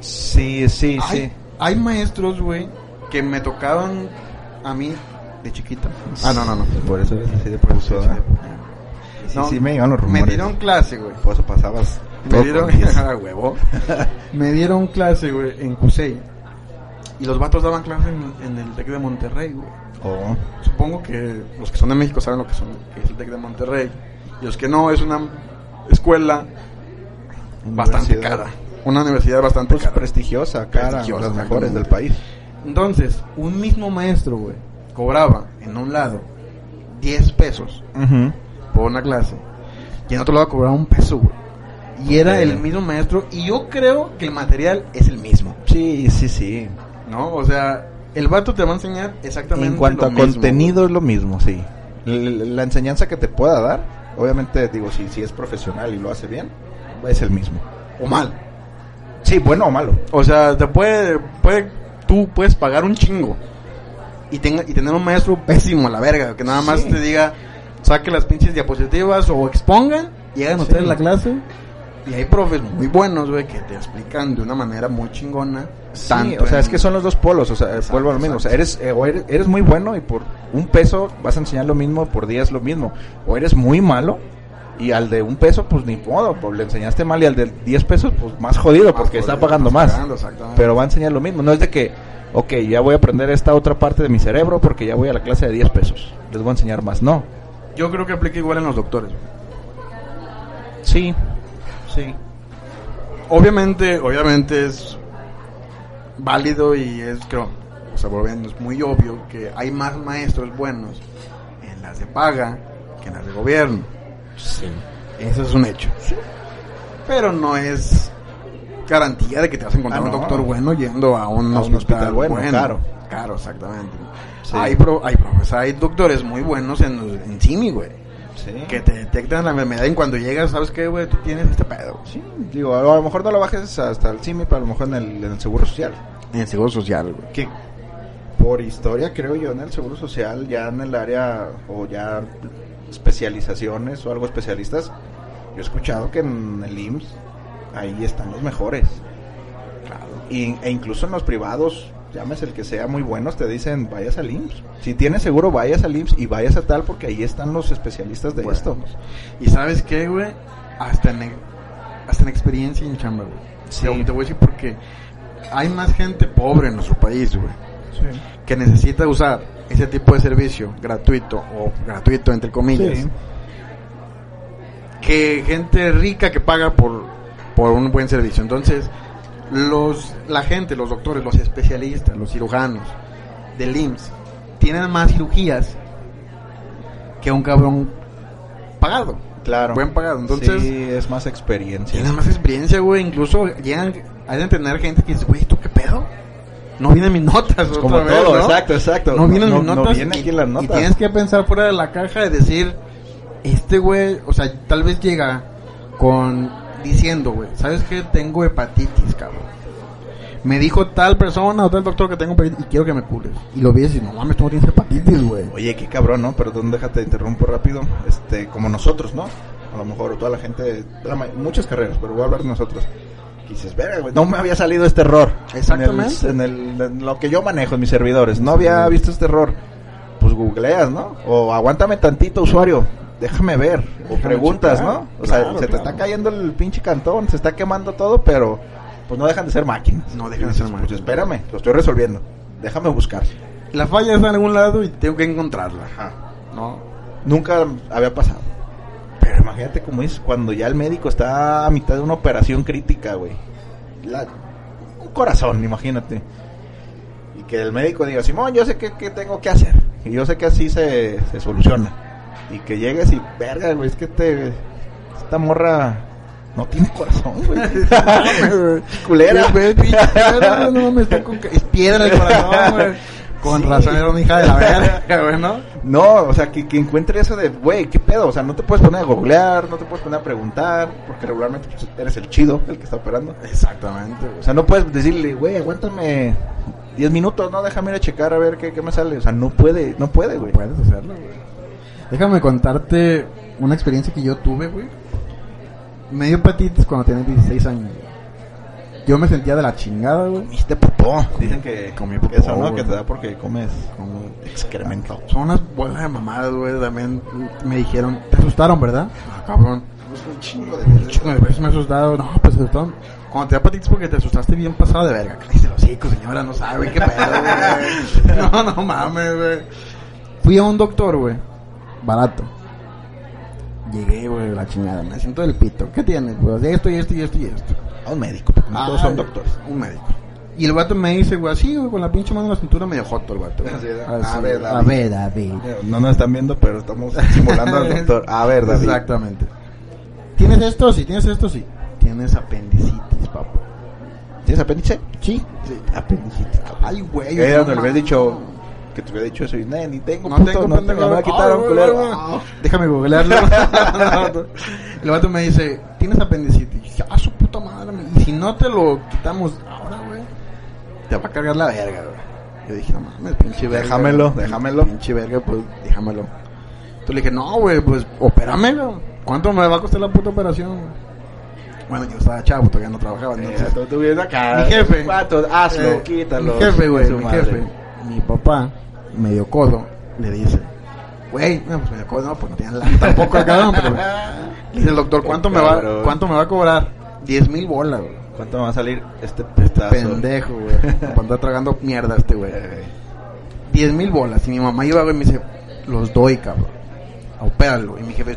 [SPEAKER 2] Sí, sí,
[SPEAKER 1] hay, hay maestros, güey, que me tocaron a mí de chiquita. Ah, no, no, no.
[SPEAKER 2] Por eso eres así de preguso, ¿verdad? Sí,
[SPEAKER 1] No,
[SPEAKER 2] sí, me llegaron los
[SPEAKER 1] Me
[SPEAKER 2] rumores.
[SPEAKER 1] dieron clase, güey.
[SPEAKER 2] Por eso pasabas.
[SPEAKER 1] Me
[SPEAKER 2] todo
[SPEAKER 1] dieron,
[SPEAKER 2] con diez.
[SPEAKER 1] Ah, huevo. me dieron clase, güey, en Cusey. Y los vatos daban clase en, en el TEC de Monterrey, güey.
[SPEAKER 2] Oh,
[SPEAKER 1] Supongo que los que son de México saben lo que, son, que es el TEC de Monterrey. Y los que no, es una escuela bastante
[SPEAKER 2] universidad.
[SPEAKER 1] cara. Una universidad bastante
[SPEAKER 2] Pues
[SPEAKER 1] cara.
[SPEAKER 2] prestigiosa, cara.
[SPEAKER 1] Prestigiosa,
[SPEAKER 2] las mejores
[SPEAKER 1] exactamente.
[SPEAKER 2] del país.
[SPEAKER 1] Entonces, un mismo maestro, güey, cobraba en un lado 10 pesos por una clase. Y en otro lado cobraba un peso, güey. Y era
[SPEAKER 2] Ok.
[SPEAKER 1] el mismo maestro. Y yo creo que el material es el mismo,
[SPEAKER 2] Sí, sí, sí.
[SPEAKER 1] ¿no? O sea, el vato te va a enseñar exactamente.
[SPEAKER 2] En cuanto
[SPEAKER 1] lo
[SPEAKER 2] a
[SPEAKER 1] mismo,
[SPEAKER 2] contenido es lo mismo, sí. L- l- La enseñanza que te pueda dar, obviamente digo, si, si es profesional y lo hace bien, es el mismo.
[SPEAKER 1] güey. O mal.
[SPEAKER 2] Sí, bueno o malo.
[SPEAKER 1] O sea, te puede, puede, tú puedes pagar un chingo. Y, tenga, y tener un maestro pésimo a la verga. Que nada más
[SPEAKER 2] Sí.
[SPEAKER 1] te diga, saque las pinches diapositivas o expongan. Y hagan ustedes la clase. Y hay profes muy buenos, güey, que te explican de una manera muy chingona.
[SPEAKER 2] Sí,
[SPEAKER 1] tanto
[SPEAKER 2] o sea, es
[SPEAKER 1] en-
[SPEAKER 2] que son los dos polos, o sea, vuelvo a lo mismo, o sea, eres, eh, o eres, eres muy bueno y por un peso vas a enseñar lo mismo, por 10 lo mismo, o eres muy malo y al de un peso pues ni modo, pues le enseñaste mal y al de 10 pesos pues más jodido
[SPEAKER 1] Más
[SPEAKER 2] porque está
[SPEAKER 1] jodido,
[SPEAKER 2] pagando
[SPEAKER 1] más
[SPEAKER 2] más,
[SPEAKER 1] pagando, exactamente.
[SPEAKER 2] pero va a enseñar lo mismo, no es de que, ok, ya voy a aprender esta otra parte de mi cerebro porque ya voy a la clase de 10 pesos, les voy a enseñar más, no,
[SPEAKER 1] Yo creo que aplica igual en los doctores. güey.
[SPEAKER 2] sí, sí,
[SPEAKER 1] Obviamente, obviamente es válido y es, creo, o sea, volviendo, es muy obvio que hay más maestros buenos en las de paga que en las de gobierno.
[SPEAKER 2] sí,
[SPEAKER 1] Eso es un hecho. Pero no es garantía de que te vas a encontrar
[SPEAKER 2] Ah,
[SPEAKER 1] un
[SPEAKER 2] no.
[SPEAKER 1] doctor bueno yendo a un,
[SPEAKER 2] A un
[SPEAKER 1] hospital,
[SPEAKER 2] hospital
[SPEAKER 1] bueno,
[SPEAKER 2] bueno,
[SPEAKER 1] Claro,
[SPEAKER 2] claro.
[SPEAKER 1] claro, exactamente.
[SPEAKER 2] Sí.
[SPEAKER 1] Hay, pro- hay, profes- hay doctores muy buenos en, en Simi, güey.
[SPEAKER 2] sí.
[SPEAKER 1] Que te detectan la enfermedad y cuando llegas, ¿sabes qué, güey? Tú tienes este pedo.
[SPEAKER 2] Sí, digo, a lo mejor no lo bajes hasta el CIMI, pero a lo mejor en el- en el Seguro Social.
[SPEAKER 1] En el seguro social, güey.
[SPEAKER 2] que por historia creo yo en el seguro social ya en el área o ya especializaciones o algo especialistas yo he escuchado que en el IMSS ahí están los mejores Y- e incluso en los privados llámese el que sea muy buenos te dicen vayas al IMSS si tienes seguro vayas al IMSS y vayas a tal porque ahí están los especialistas de
[SPEAKER 1] Bueno.
[SPEAKER 2] esto
[SPEAKER 1] Y sabes qué, güey, hasta en, hasta en experiencia y en chamba, güey.
[SPEAKER 2] Sí.
[SPEAKER 1] Te, te voy a decir porque hay más gente pobre en nuestro país, güey, que necesita usar ese tipo de servicio gratuito o gratuito, entre comillas,
[SPEAKER 2] Sí.
[SPEAKER 1] que gente rica que paga por, por un buen servicio. Entonces, los, la gente, los doctores, los especialistas, los cirujanos del IMSS, tienen más cirugías que un cabrón pagado.
[SPEAKER 2] claro
[SPEAKER 1] Buen pagado, entonces-
[SPEAKER 2] Sí, es más experiencia
[SPEAKER 1] Tienen más experiencia, güey. Incluso llegan a tener gente que dice, güey, ¿tú qué pedo? No vienen mis notas. otra
[SPEAKER 2] como
[SPEAKER 1] vez,
[SPEAKER 2] todo
[SPEAKER 1] ¿no?
[SPEAKER 2] exacto exacto
[SPEAKER 1] No vienen mis
[SPEAKER 2] no
[SPEAKER 1] notas.
[SPEAKER 2] viene
[SPEAKER 1] y-
[SPEAKER 2] aquí en las
[SPEAKER 1] Y
[SPEAKER 2] notas
[SPEAKER 1] tienes que pensar fuera de la caja y decir, este güey, o sea, tal vez llega con diciendo, güey, ¿sabes qué? Tengo hepatitis, cabrón. Me dijo tal persona o tal doctor que tengo hepatitis y quiero que me cures. Y lo vi y decir, no mames, tú no tienes hepatitis, güey.
[SPEAKER 2] Oye, qué cabrón, ¿no? Perdón, déjate, interrumpo rápido. Este, como nosotros, ¿no? A lo mejor toda la gente, la ma- muchas carreras, pero voy a hablar de nosotros. Y dices, verga, güey, no me había salido este error.
[SPEAKER 1] Exactamente.
[SPEAKER 2] En, el- en el- en lo que yo manejo en mis servidores, no había visto este error. Pues googleas, ¿no? O aguántame tantito, usuario. Déjame ver. O
[SPEAKER 1] Déjame
[SPEAKER 2] preguntas,
[SPEAKER 1] checar.
[SPEAKER 2] ¿no? O sea,
[SPEAKER 1] Claro,
[SPEAKER 2] se te
[SPEAKER 1] claro.
[SPEAKER 2] está cayendo el pinche cantón, se está quemando todo, pero pues no dejan de ser máquinas.
[SPEAKER 1] No dejan
[SPEAKER 2] Y
[SPEAKER 1] de
[SPEAKER 2] dices,
[SPEAKER 1] ser máquinas.
[SPEAKER 2] Pues espérame, lo estoy resolviendo. Déjame buscar.
[SPEAKER 1] La falla está en algún lado y tengo que encontrarla,
[SPEAKER 2] Ajá.
[SPEAKER 1] ¿no?
[SPEAKER 2] Nunca había pasado. Pero imagínate cómo es cuando ya el médico está a mitad de una operación crítica, güey. La- un corazón, imagínate. Y que el médico diga, Simón, yo sé qué, qué tengo que hacer. Y yo sé que así se, se soluciona. Y que llegues y, verga, güey, es que te, esta morra no tiene corazón, güey. Culera.
[SPEAKER 1] Güey, pinche piedra, no mames, está con ca- Es piedra el corazón, güey. Con
[SPEAKER 2] Sí.
[SPEAKER 1] razón era una hija de la verga, güey, ¿no?
[SPEAKER 2] No, o sea, que, que encuentre eso de, güey, ¿qué pedo? O sea, no te puedes poner a googlear, no te puedes poner a preguntar, porque regularmente pues, eres el chido, el que está operando.
[SPEAKER 1] Exactamente,
[SPEAKER 2] O sea, no puedes decirle, güey, aguántame 10 minutos, no, déjame ir a checar a ver qué, qué me sale. O sea, no puede, no puede, güey.
[SPEAKER 1] Puedes hacerlo, güey. Déjame contarte una experiencia que yo tuve, güey. Me dio hepatitis cuando tenía 16 años, güey. Yo me sentía de la chingada, güey.
[SPEAKER 2] Comiste popó. Dicen que,
[SPEAKER 1] Comí
[SPEAKER 2] que
[SPEAKER 1] popó,
[SPEAKER 2] eso, ¿no?
[SPEAKER 1] güey.
[SPEAKER 2] Que te da porque comes
[SPEAKER 1] Como-
[SPEAKER 2] excremento.
[SPEAKER 1] Son unas bolas de mamadas, güey. También me dijeron, te asustaron, ¿verdad? Ah, cabrón.
[SPEAKER 2] Pues un chingo de
[SPEAKER 1] Chingo de veces me he asustado. No, pues asustado. Cuando te da hepatitis porque te asustaste bien pasado de verga. Cállese los hocico, señora, no sabe qué pedo, güey. No, no mames, güey. Fui a un doctor, güey. Barato. Llegué, güey, la chingada. Me siento del pito. ¿Qué tienes, güey? De Pues esto y esto y esto y esto.
[SPEAKER 2] A un médico, porque no todos
[SPEAKER 1] Ah,
[SPEAKER 2] son doctores.
[SPEAKER 1] Un médico. Y el vato me dice, güey, así, güey, con la pinche mano en la cintura medio joto el vato. güey.
[SPEAKER 2] Así,
[SPEAKER 1] Así,
[SPEAKER 2] a ver, a
[SPEAKER 1] a ver, a ver.
[SPEAKER 2] No nos están viendo, pero estamos simulando al doctor. A ver, David.
[SPEAKER 1] Exactamente. ¿Tienes esto? Sí, tienes esto, sí. Tienes apendicitis, papá.
[SPEAKER 2] ¿Tienes apéndice?
[SPEAKER 1] Sí.
[SPEAKER 2] Sí, apéndice.
[SPEAKER 1] Ay, güey.
[SPEAKER 2] Eh,
[SPEAKER 1] no
[SPEAKER 2] donde le hubiera
[SPEAKER 1] mames.
[SPEAKER 2] dicho que te hubiera dicho eso y "Nah, ni tengo
[SPEAKER 1] No
[SPEAKER 2] puto,
[SPEAKER 1] tengo,
[SPEAKER 2] no tengo, me la quitaron
[SPEAKER 1] Ay,
[SPEAKER 2] culero
[SPEAKER 1] güey,
[SPEAKER 2] Ah.
[SPEAKER 1] güey. Déjame googlearlo. el vato me dice, ¿tienes apendicitis? Y yo, ah, su puta madre. me- Y si no te lo quitamos ahora, güey, te va a cargar la verga, güey. Yo dije, no mames, pinche verga.
[SPEAKER 2] Déjamelo,
[SPEAKER 1] güey.
[SPEAKER 2] déjamelo.
[SPEAKER 1] Pinche verga, pues, déjamelo. Entonces le dije, no, güey, pues, opérame, güey. ¿Cuánto me va a costar la puta operación, güey? Bueno, yo estaba chavo, todavía no trabajaba,
[SPEAKER 2] Eh,
[SPEAKER 1] entonces...
[SPEAKER 2] tú- tú vienes acá,
[SPEAKER 1] Mi jefe.
[SPEAKER 2] vato, hazlo,
[SPEAKER 1] Eh,
[SPEAKER 2] quítalo.
[SPEAKER 1] Mi jefe, güey,
[SPEAKER 2] su
[SPEAKER 1] mi
[SPEAKER 2] madre.
[SPEAKER 1] jefe. Mi papá, medio codo, le dice, güey, no, pues medio codo, no, pues no tiene la... Tampoco el cabrón, pero... Le dice el doctor, ¿cuánto, me va,
[SPEAKER 2] Cabrón.
[SPEAKER 1] ¿cuánto me va a cobrar? 10 mil bolas, güey.
[SPEAKER 2] ¿Cuánto me va a salir este pestazo?
[SPEAKER 1] Pendejo, güey. Para andar tragando mierda este, güey.
[SPEAKER 2] Eh,
[SPEAKER 1] 10 mil bolas. Y mi mamá iba, güey, y me dice, los doy, cabrón. Opéralo. Y mi jefe,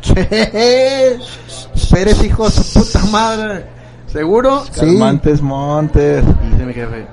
[SPEAKER 1] Pérez, hijo de su puta madre. ¿Seguro?
[SPEAKER 2] Calmantes Montes.
[SPEAKER 1] Y dice mi jefe,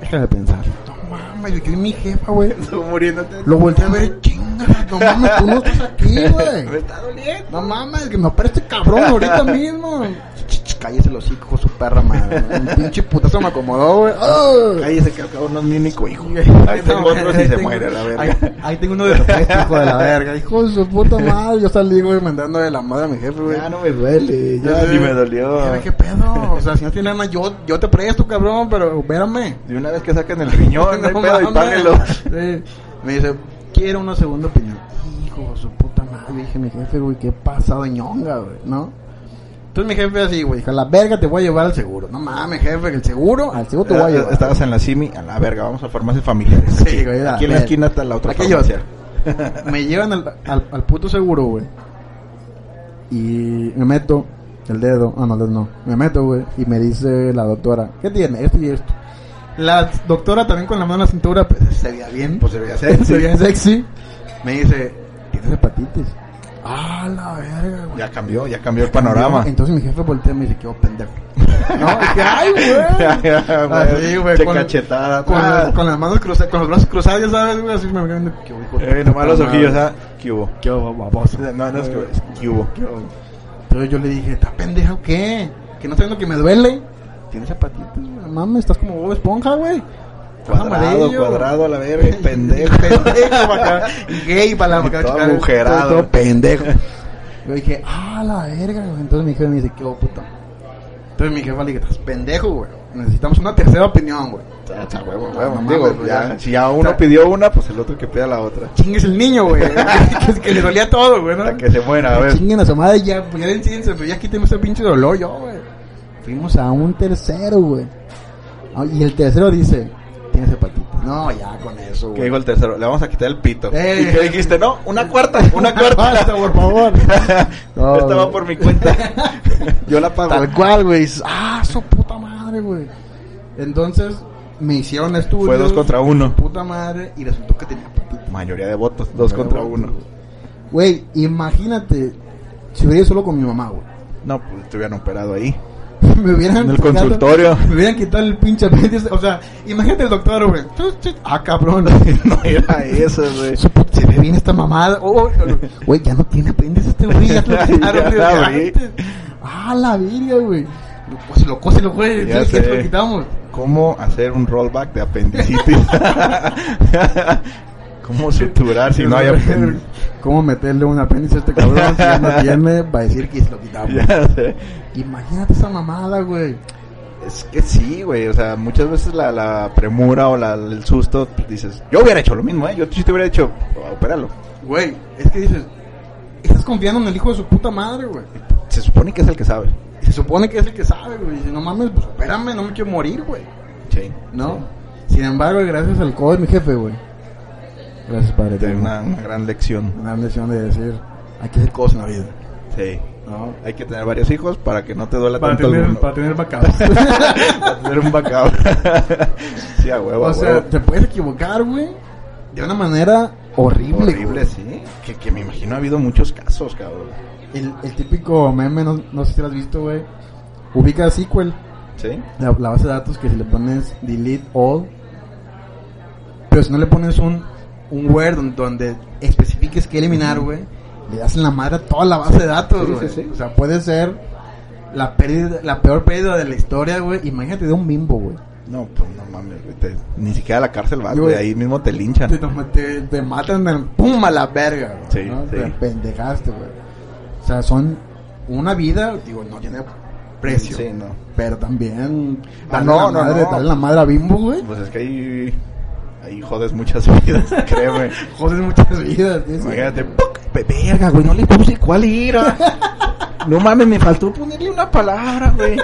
[SPEAKER 1] déjame pensar. No mames, yo y mi jefa, güey.
[SPEAKER 2] Estoy muriéndote.
[SPEAKER 1] Lo volteé a ver, chinga, no mames, tú no estás aquí,
[SPEAKER 2] Me
[SPEAKER 1] güey.
[SPEAKER 2] está doliendo.
[SPEAKER 1] No mames, que me opere este cabrón ahorita mismo. Ch, ch, Cállese los hijos, su perra madre. Un pinche putazo me acomodó, güey. ¡Oh!
[SPEAKER 2] Cállese que al cabo no es mi único hijo. Ahí
[SPEAKER 1] Ahí
[SPEAKER 2] tengo otro si
[SPEAKER 1] ahí
[SPEAKER 2] se
[SPEAKER 1] tengo-
[SPEAKER 2] muere, la verga.
[SPEAKER 1] Ahí, ahí tengo uno de los tres, hijo de la verga. Hijo de su puta madre. Yo salí, güey, mandando de la madre a mi jefe, güey.
[SPEAKER 2] Ya no me duele, ya
[SPEAKER 1] Yo
[SPEAKER 2] sí
[SPEAKER 1] sé,
[SPEAKER 2] me dolió.
[SPEAKER 1] Jefe, ¿Qué pedo? O sea, si no tienes lana, yo, yo te presto, cabrón, pero vérame.
[SPEAKER 2] De una vez que saquen el riñón, no hay pedo y
[SPEAKER 1] mames.
[SPEAKER 2] páguenlo.
[SPEAKER 1] Sí. Me dice, quiero una segunda opinión. Hijo de su puta madre, dije mi jefe, güey, qué pasado de ñonga, güey, ¿no? Entonces mi jefe así, güey, dijo, a la verga te voy a llevar al seguro. No mames, jefe, el seguro, Ah, al seguro te voy a llevar.
[SPEAKER 2] Eh, Estabas en la CIMI, a la verga, vamos a farmacias familiares.
[SPEAKER 1] Sí,
[SPEAKER 2] Aquí,
[SPEAKER 1] güey, la
[SPEAKER 2] aquí en la
[SPEAKER 1] verga.
[SPEAKER 2] esquina está la otra
[SPEAKER 1] Aquí yo.
[SPEAKER 2] farmacia.
[SPEAKER 1] Me llevan al, al, al puto seguro, güey. Y me meto el dedo, ah, no, el dedo no. Me meto, güey, y me dice la doctora, ¿qué tiene? Esto y esto. La doctora también con la mano en la cintura, pues se veía bien.
[SPEAKER 2] Pues se veía
[SPEAKER 1] Se
[SPEAKER 2] sexy.
[SPEAKER 1] veía sexy. Me dice, tienes hepatitis. Ah, la verga, güey.
[SPEAKER 2] Ya cambió, ya cambió el panorama.
[SPEAKER 1] Entonces mi jefe voltea y me dice, qué pendejo. No, y dije, ay, güey. Así, güey,
[SPEAKER 2] Che
[SPEAKER 1] con-
[SPEAKER 2] cachetada.
[SPEAKER 1] Con,
[SPEAKER 2] ah.
[SPEAKER 1] las- con las manos cruzadas, con los brazos cruzados, ya sabes, güey, así me quedan, qué hijo de
[SPEAKER 2] Eh, nomás los
[SPEAKER 1] puta
[SPEAKER 2] ojillos,
[SPEAKER 1] madre".
[SPEAKER 2] ¿ah? ¿Qué hubo?
[SPEAKER 1] Qué baboso.
[SPEAKER 2] No, no es que ¿Qué hubo?
[SPEAKER 1] Entonces yo le dije, ¿estás pendeja o qué? ¿Que no sabes lo que me duele? Tienes zapatitos, güey. No Mames, estás como Bob Esponja, güey. "Ah, Estás
[SPEAKER 2] Cuadrado,
[SPEAKER 1] amarillo.
[SPEAKER 2] cuadrado a la verga, pendejo.
[SPEAKER 1] pendejo para acá. Y gay para la
[SPEAKER 2] Y todo
[SPEAKER 1] chica,
[SPEAKER 2] agujerado.
[SPEAKER 1] todo pendejo. Yo dije, ah, la verga, güey. Entonces mi jefe me dice, qué oh, puta. Entonces mi jefa le dije, estás pendejo, güey. Necesitamos una tercera opinión, güey.
[SPEAKER 2] Ah, cha, huevo,
[SPEAKER 1] No
[SPEAKER 2] huevo.
[SPEAKER 1] mames,
[SPEAKER 2] Digo,
[SPEAKER 1] güey,
[SPEAKER 2] ya,
[SPEAKER 1] ya.
[SPEAKER 2] si ya uno
[SPEAKER 1] Está-
[SPEAKER 2] pidió una, pues el otro que pida la otra.
[SPEAKER 1] Chingues el niño, güey. que, que le dolía todo, güey. ¿no?
[SPEAKER 2] Hasta que se muera, a ver.
[SPEAKER 1] Chinguen a su madre, ya, pues, ya dense, pero ya quíteme ese pinche dolor yo, güey. Fuimos a un tercero, güey. Ah, Y el tercero dice, tienes hepatitis. No, ya con eso,
[SPEAKER 2] ¿Qué
[SPEAKER 1] güey.
[SPEAKER 2] dijo el tercero? Le vamos a quitar el pito.
[SPEAKER 1] Eh.
[SPEAKER 2] ¿Y qué dijiste? No, una cuarta, una
[SPEAKER 1] Basta,
[SPEAKER 2] cuarta.
[SPEAKER 1] por favor. No,
[SPEAKER 2] Esta va
[SPEAKER 1] güey.
[SPEAKER 2] por mi cuenta. Yo la pago.
[SPEAKER 1] Tal cual, güey. Dices, Ah, su puta madre, güey. Entonces, me hicieron estudios.
[SPEAKER 2] Fue dos contra uno.
[SPEAKER 1] Puta madre, y resultó que tenía hepatitis.
[SPEAKER 2] Mayoría de votos, dos contra uno.
[SPEAKER 1] Güey, imagínate si hubiera ido solo con mi mamá, güey.
[SPEAKER 2] No, pues te hubieran operado ahí.
[SPEAKER 1] me hubieran
[SPEAKER 2] En el
[SPEAKER 1] sacado-
[SPEAKER 2] consultorio.
[SPEAKER 1] me hubieran quitado el pinche apéndice o sea imagínate el doctor güey Tut, tut. ah cabrón
[SPEAKER 2] No era eso, güey.
[SPEAKER 1] Su put- pues, se ve bien esta mamada Oh, oh, oh. güey ya no tiene apéndice este güey ya lo
[SPEAKER 2] Ya
[SPEAKER 1] quitaron
[SPEAKER 2] la
[SPEAKER 1] desde
[SPEAKER 2] abrí.
[SPEAKER 1] antes. ah la virga güey pues lo cóselo güey
[SPEAKER 2] Ya
[SPEAKER 1] ya se
[SPEAKER 2] sé.
[SPEAKER 1] lo quitamos
[SPEAKER 2] ¿Cómo hacer un rollback de apendicitis? ¿Cómo suturar si no hay apendicitis?
[SPEAKER 1] ¿Cómo meterle un apéndice a este cabrón si ya no tiene para decir que se lo quitamos?
[SPEAKER 2] Ya sé.
[SPEAKER 1] Imagínate esa mamada, güey.
[SPEAKER 2] Es que sí, güey. O sea, muchas veces la, la premura o la, el susto, pues, dices, yo hubiera hecho lo mismo, ¿eh? Yo sí te hubiera hecho, opéralo.
[SPEAKER 1] Güey, es que dices, estás confiando en el hijo de su puta madre, güey.
[SPEAKER 2] Se supone que es el que sabe.
[SPEAKER 1] Se supone que es el que sabe, güey. Dice, no mames, pues espérame, no me quiero morir, güey.
[SPEAKER 2] Sí.
[SPEAKER 1] ¿No? Sin embargo, gracias al codo de mi jefe, güey. Gracias, padre.
[SPEAKER 2] Te da
[SPEAKER 1] tengo
[SPEAKER 2] una, una gran lección.
[SPEAKER 1] una lección de decir, hay que hacer cosas en la vida.
[SPEAKER 2] Sí.
[SPEAKER 1] ¿No?
[SPEAKER 2] Hay que tener varios hijos para que no te duela tanto alguno.
[SPEAKER 1] tener vacadas.
[SPEAKER 2] Para tener un backup. sí, a huevo, a
[SPEAKER 1] o
[SPEAKER 2] huevo.
[SPEAKER 1] sea, te puedes equivocar, güey. De una manera horrible.
[SPEAKER 2] Horrible,
[SPEAKER 1] güey.
[SPEAKER 2] sí. Que, que me imagino ha habido muchos casos, cabrón.
[SPEAKER 1] El, el típico meme, no, no sé si lo has visto, güey. Ubica a Sequel.
[SPEAKER 2] ¿Sí?
[SPEAKER 1] la, la base de datos que si le pones delete all, pero si no le pones un, un Word don- donde especifiques que eliminar, güey, le das en la madre a toda la base de datos,
[SPEAKER 2] Sí,
[SPEAKER 1] güey.
[SPEAKER 2] sí, sí.
[SPEAKER 1] O sea, puede ser la pérdida, la peor pérdida de la historia, güey. Imagínate de un bimbo, güey.
[SPEAKER 2] No, pues no mames, güey, te- ni siquiera a la cárcel vas,
[SPEAKER 1] Yo-
[SPEAKER 2] güey, ahí mismo te linchan.
[SPEAKER 1] Te, te- te matan en pum a la verga, güey.
[SPEAKER 2] Sí,
[SPEAKER 1] ¿no?
[SPEAKER 2] sí.
[SPEAKER 1] Te pendejaste, güey. O sea, son una vida, digo, no tiene precio.
[SPEAKER 2] Sí, no.
[SPEAKER 1] Pero también.
[SPEAKER 2] Ah,
[SPEAKER 1] dale
[SPEAKER 2] no,
[SPEAKER 1] la
[SPEAKER 2] no,
[SPEAKER 1] madre,
[SPEAKER 2] no.
[SPEAKER 1] dale la madre a Bimbo, güey.
[SPEAKER 2] Pues es que ahí, ahí jodes muchas vidas, créeme.
[SPEAKER 1] Joder, muchas vidas. ¿sí?
[SPEAKER 2] Imagínate, ¡puc! Ve- verga, güey, no le puse cuál era. No mames, me faltó ponerle una palabra, güey.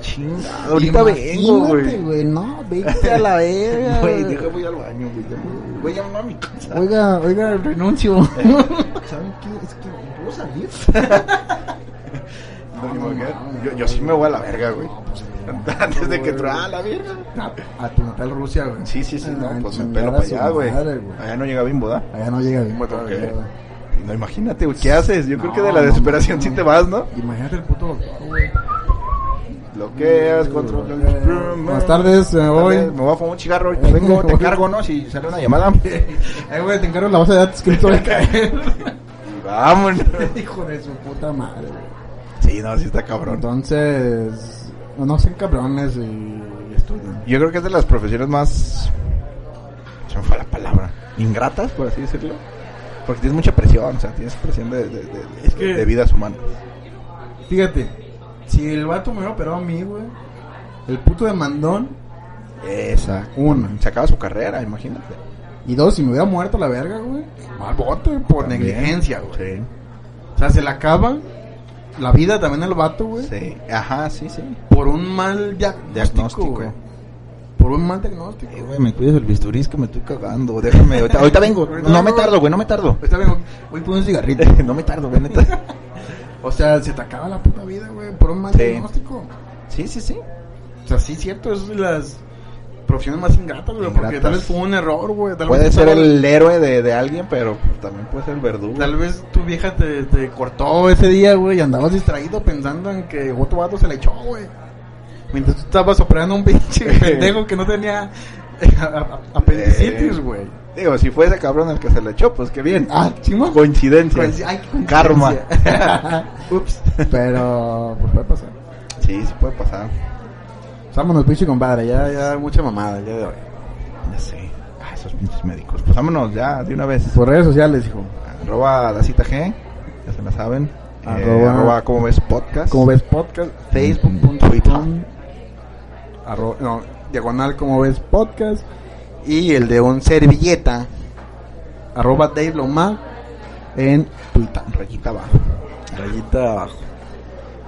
[SPEAKER 2] Chingado, ahorita vengo,
[SPEAKER 1] Imagínate,
[SPEAKER 2] güey.
[SPEAKER 1] güey. No, vete a la verga.
[SPEAKER 2] Güey,
[SPEAKER 1] güey.
[SPEAKER 2] deja voy al baño, güey. ya- Güey, ya me voy a mi casa.
[SPEAKER 1] Oiga, oiga, renuncio. ¿Saben qué? Es que puedo salir.
[SPEAKER 2] No,
[SPEAKER 1] no,
[SPEAKER 2] ni modo que-
[SPEAKER 1] no,
[SPEAKER 2] yo,
[SPEAKER 1] no,
[SPEAKER 2] yo sí
[SPEAKER 1] no,
[SPEAKER 2] me voy a la verga, güey.
[SPEAKER 1] No, pues,
[SPEAKER 2] Antes de que
[SPEAKER 1] güey.
[SPEAKER 2] tra- ah, la verga.
[SPEAKER 1] A, a tu natal Rusia, güey.
[SPEAKER 2] Sí, sí, sí,
[SPEAKER 1] Ah,
[SPEAKER 2] no, pues me
[SPEAKER 1] chingar
[SPEAKER 2] pelo
[SPEAKER 1] a
[SPEAKER 2] para
[SPEAKER 1] su
[SPEAKER 2] allá, güey.
[SPEAKER 1] madre, güey. Ah,
[SPEAKER 2] Allá no llega Bimbo, ¿da?
[SPEAKER 1] Allá no llega Bimbo
[SPEAKER 2] Ok.
[SPEAKER 1] todavía. güey.
[SPEAKER 2] Y No, imagínate, güey, ¿qué haces? Yo creo que de la
[SPEAKER 1] No,
[SPEAKER 2] desesperación
[SPEAKER 1] no,
[SPEAKER 2] sí
[SPEAKER 1] no.
[SPEAKER 2] te vas, ¿no?
[SPEAKER 1] Imagínate el puto doctor, güey.
[SPEAKER 2] Bloqueas, control.
[SPEAKER 1] Eh, buenas tardes, me voy.
[SPEAKER 2] Me voy a fumar un cigarro, ahorita vengo, te cargo, ¿no? Si sale una llamada.
[SPEAKER 1] Eh, güey, te encargo la base de datos que no te voy a caer.
[SPEAKER 2] Y vámonos.
[SPEAKER 1] Hijo de su puta madre, güey.
[SPEAKER 2] Sí, no, sí está cabrón.
[SPEAKER 1] Entonces, no sean cabrones y estudien.
[SPEAKER 2] Yo creo que es de las profesiones más. Se me fue la palabra. Ingratas, por así decirlo. Porque tienes mucha presión, o sea, tienes presión de, de, de- de-
[SPEAKER 1] Es que-
[SPEAKER 2] de vidas humanas.
[SPEAKER 1] Fíjate, si el vato me hubiera operado a mí, güey, el puto de mandón,
[SPEAKER 2] Exacto.
[SPEAKER 1] uno.
[SPEAKER 2] Se acaba su carrera, imagínate.
[SPEAKER 1] Y dos, si me hubiera muerto la verga, güey, mal bote por
[SPEAKER 2] También.
[SPEAKER 1] negligencia, güey.
[SPEAKER 2] Sí.
[SPEAKER 1] O sea, se le acaba la vida también al vato, güey,
[SPEAKER 2] Sí. Ajá, sí, sí.
[SPEAKER 1] por un mal diagnóstico,
[SPEAKER 2] Diagnóstico.
[SPEAKER 1] güey. Por un mal diagnóstico.
[SPEAKER 2] Eh, güey, me cuides el bisturí, es que me estoy cagando. Déjame, ahorita, ahorita vengo.
[SPEAKER 1] Ahorita
[SPEAKER 2] No me
[SPEAKER 1] vengo.
[SPEAKER 2] tardo, güey, no me tardo.
[SPEAKER 1] Está bien, voy por un cigarrito.
[SPEAKER 2] No me tardo, güey, neta.
[SPEAKER 1] O sea, se te acaba la puta vida, güey, por un mal
[SPEAKER 2] Sí.
[SPEAKER 1] diagnóstico.
[SPEAKER 2] Sí, sí, sí.
[SPEAKER 1] O sea, sí, cierto, es de las profesiones más ingratas, güey, porque
[SPEAKER 2] Ingratas.
[SPEAKER 1] tal vez fue un error, güey. Tal
[SPEAKER 2] Puede
[SPEAKER 1] vez
[SPEAKER 2] ser
[SPEAKER 1] estaba-
[SPEAKER 2] el héroe de, de alguien, pero también puede ser el verdugo.
[SPEAKER 1] Tal vez tu vieja te, te cortó ese día, güey, y andabas distraído pensando en que otro vato se le echó, güey. Mientras tú estabas operando a un pinche pendejo que no tenía eh, a- a- apendicitis,
[SPEAKER 2] Eh.
[SPEAKER 1] güey.
[SPEAKER 2] Digo, si fue ese cabrón el que se le echó, pues qué bien.
[SPEAKER 1] Ah, chimo.
[SPEAKER 2] Coincidencia.
[SPEAKER 1] Ay, qué
[SPEAKER 2] Karma.
[SPEAKER 1] coincidencia. Ups. Pero, pues puede pasar.
[SPEAKER 2] Sí, sí puede pasar.
[SPEAKER 1] Vámonos, pinche compadre, ya, ya, mucha mamada el día de hoy.
[SPEAKER 2] Ya sé. Ah, esos pinches médicos. Pues vámonos ya de una vez.
[SPEAKER 1] Por redes sociales, hijo.
[SPEAKER 2] Arroba la cita G. Ya se la saben. Eh,
[SPEAKER 1] Arroba-
[SPEAKER 2] Arroba, como ves podcast.
[SPEAKER 1] Como ves podcast, facebook.com
[SPEAKER 2] Twitter.
[SPEAKER 1] arro- no, diagonal como ves podcast y el de un servilleta arroba Dave Lomar en Twitter.
[SPEAKER 2] Rayita abajo.
[SPEAKER 1] Rayita abajo.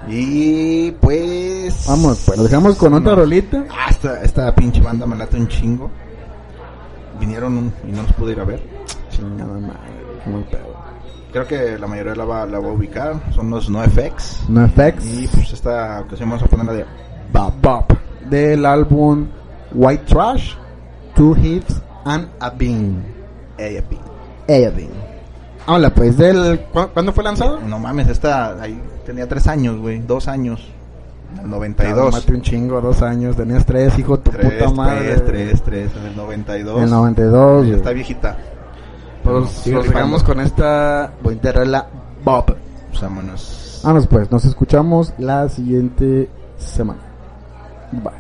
[SPEAKER 2] Y pues.
[SPEAKER 1] Vamos, pues lo dejamos con otra
[SPEAKER 2] Nos-
[SPEAKER 1] rolita.
[SPEAKER 2] Ah, esta, esta pinche banda me late un chingo. Vinieron un- y no los pude ir a ver.
[SPEAKER 1] Chingada madre, muy pedo.
[SPEAKER 2] Creo que la mayoría la va, la va a ubicar. Son los NoFX.
[SPEAKER 1] No effects.
[SPEAKER 2] Y pues esta ocasión vamos a poner la de
[SPEAKER 1] Bop Bop del álbum White Trash, Two Hits and a Bean.
[SPEAKER 2] AAP.
[SPEAKER 1] A Bean. Hola, pues del ¿cu- ¿cuándo fue lanzado?
[SPEAKER 2] No mames, esta ahí tenía tres años, güey. Dos años. En el
[SPEAKER 1] Tómate
[SPEAKER 2] 92.
[SPEAKER 1] un chingo, dos años. Tenías tres, hijo de tu
[SPEAKER 2] Tres,
[SPEAKER 1] puta madre.
[SPEAKER 2] tres, tres, tres. En el 92.
[SPEAKER 1] En 92.
[SPEAKER 2] Ya
[SPEAKER 1] güey.
[SPEAKER 2] está viejita.
[SPEAKER 1] Pues
[SPEAKER 2] Sigue
[SPEAKER 1] nos
[SPEAKER 2] rifando.
[SPEAKER 1] dejamos con esta bonita rola Bob.
[SPEAKER 2] Pues vámonos.
[SPEAKER 1] Vamos pues, nos escuchamos la siguiente semana. Bye.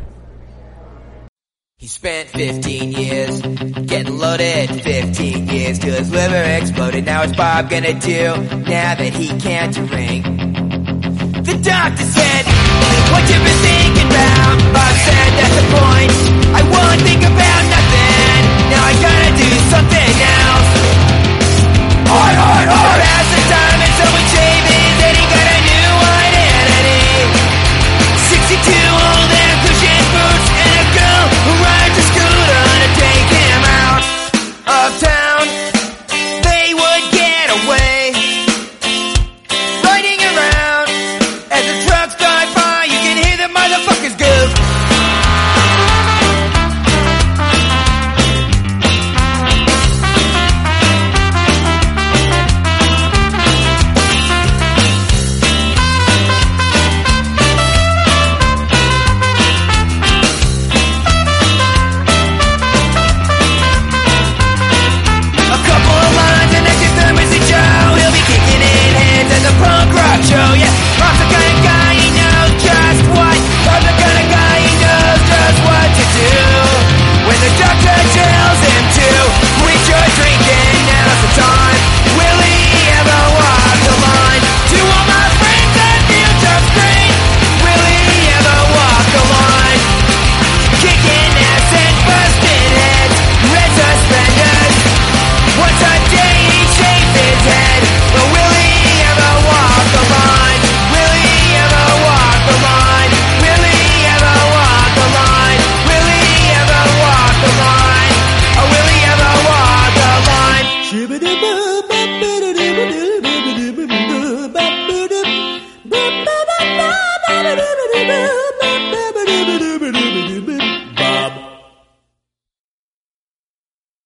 [SPEAKER 4] He spent 15 years getting loaded, 15 years till his liver exploded. Now what's Bob gonna do now that he can't drink? The doctor said, What you been thinking about? Bob said, That's the point. I won't think about nothing. Now I gotta do something else.
[SPEAKER 3] Oh,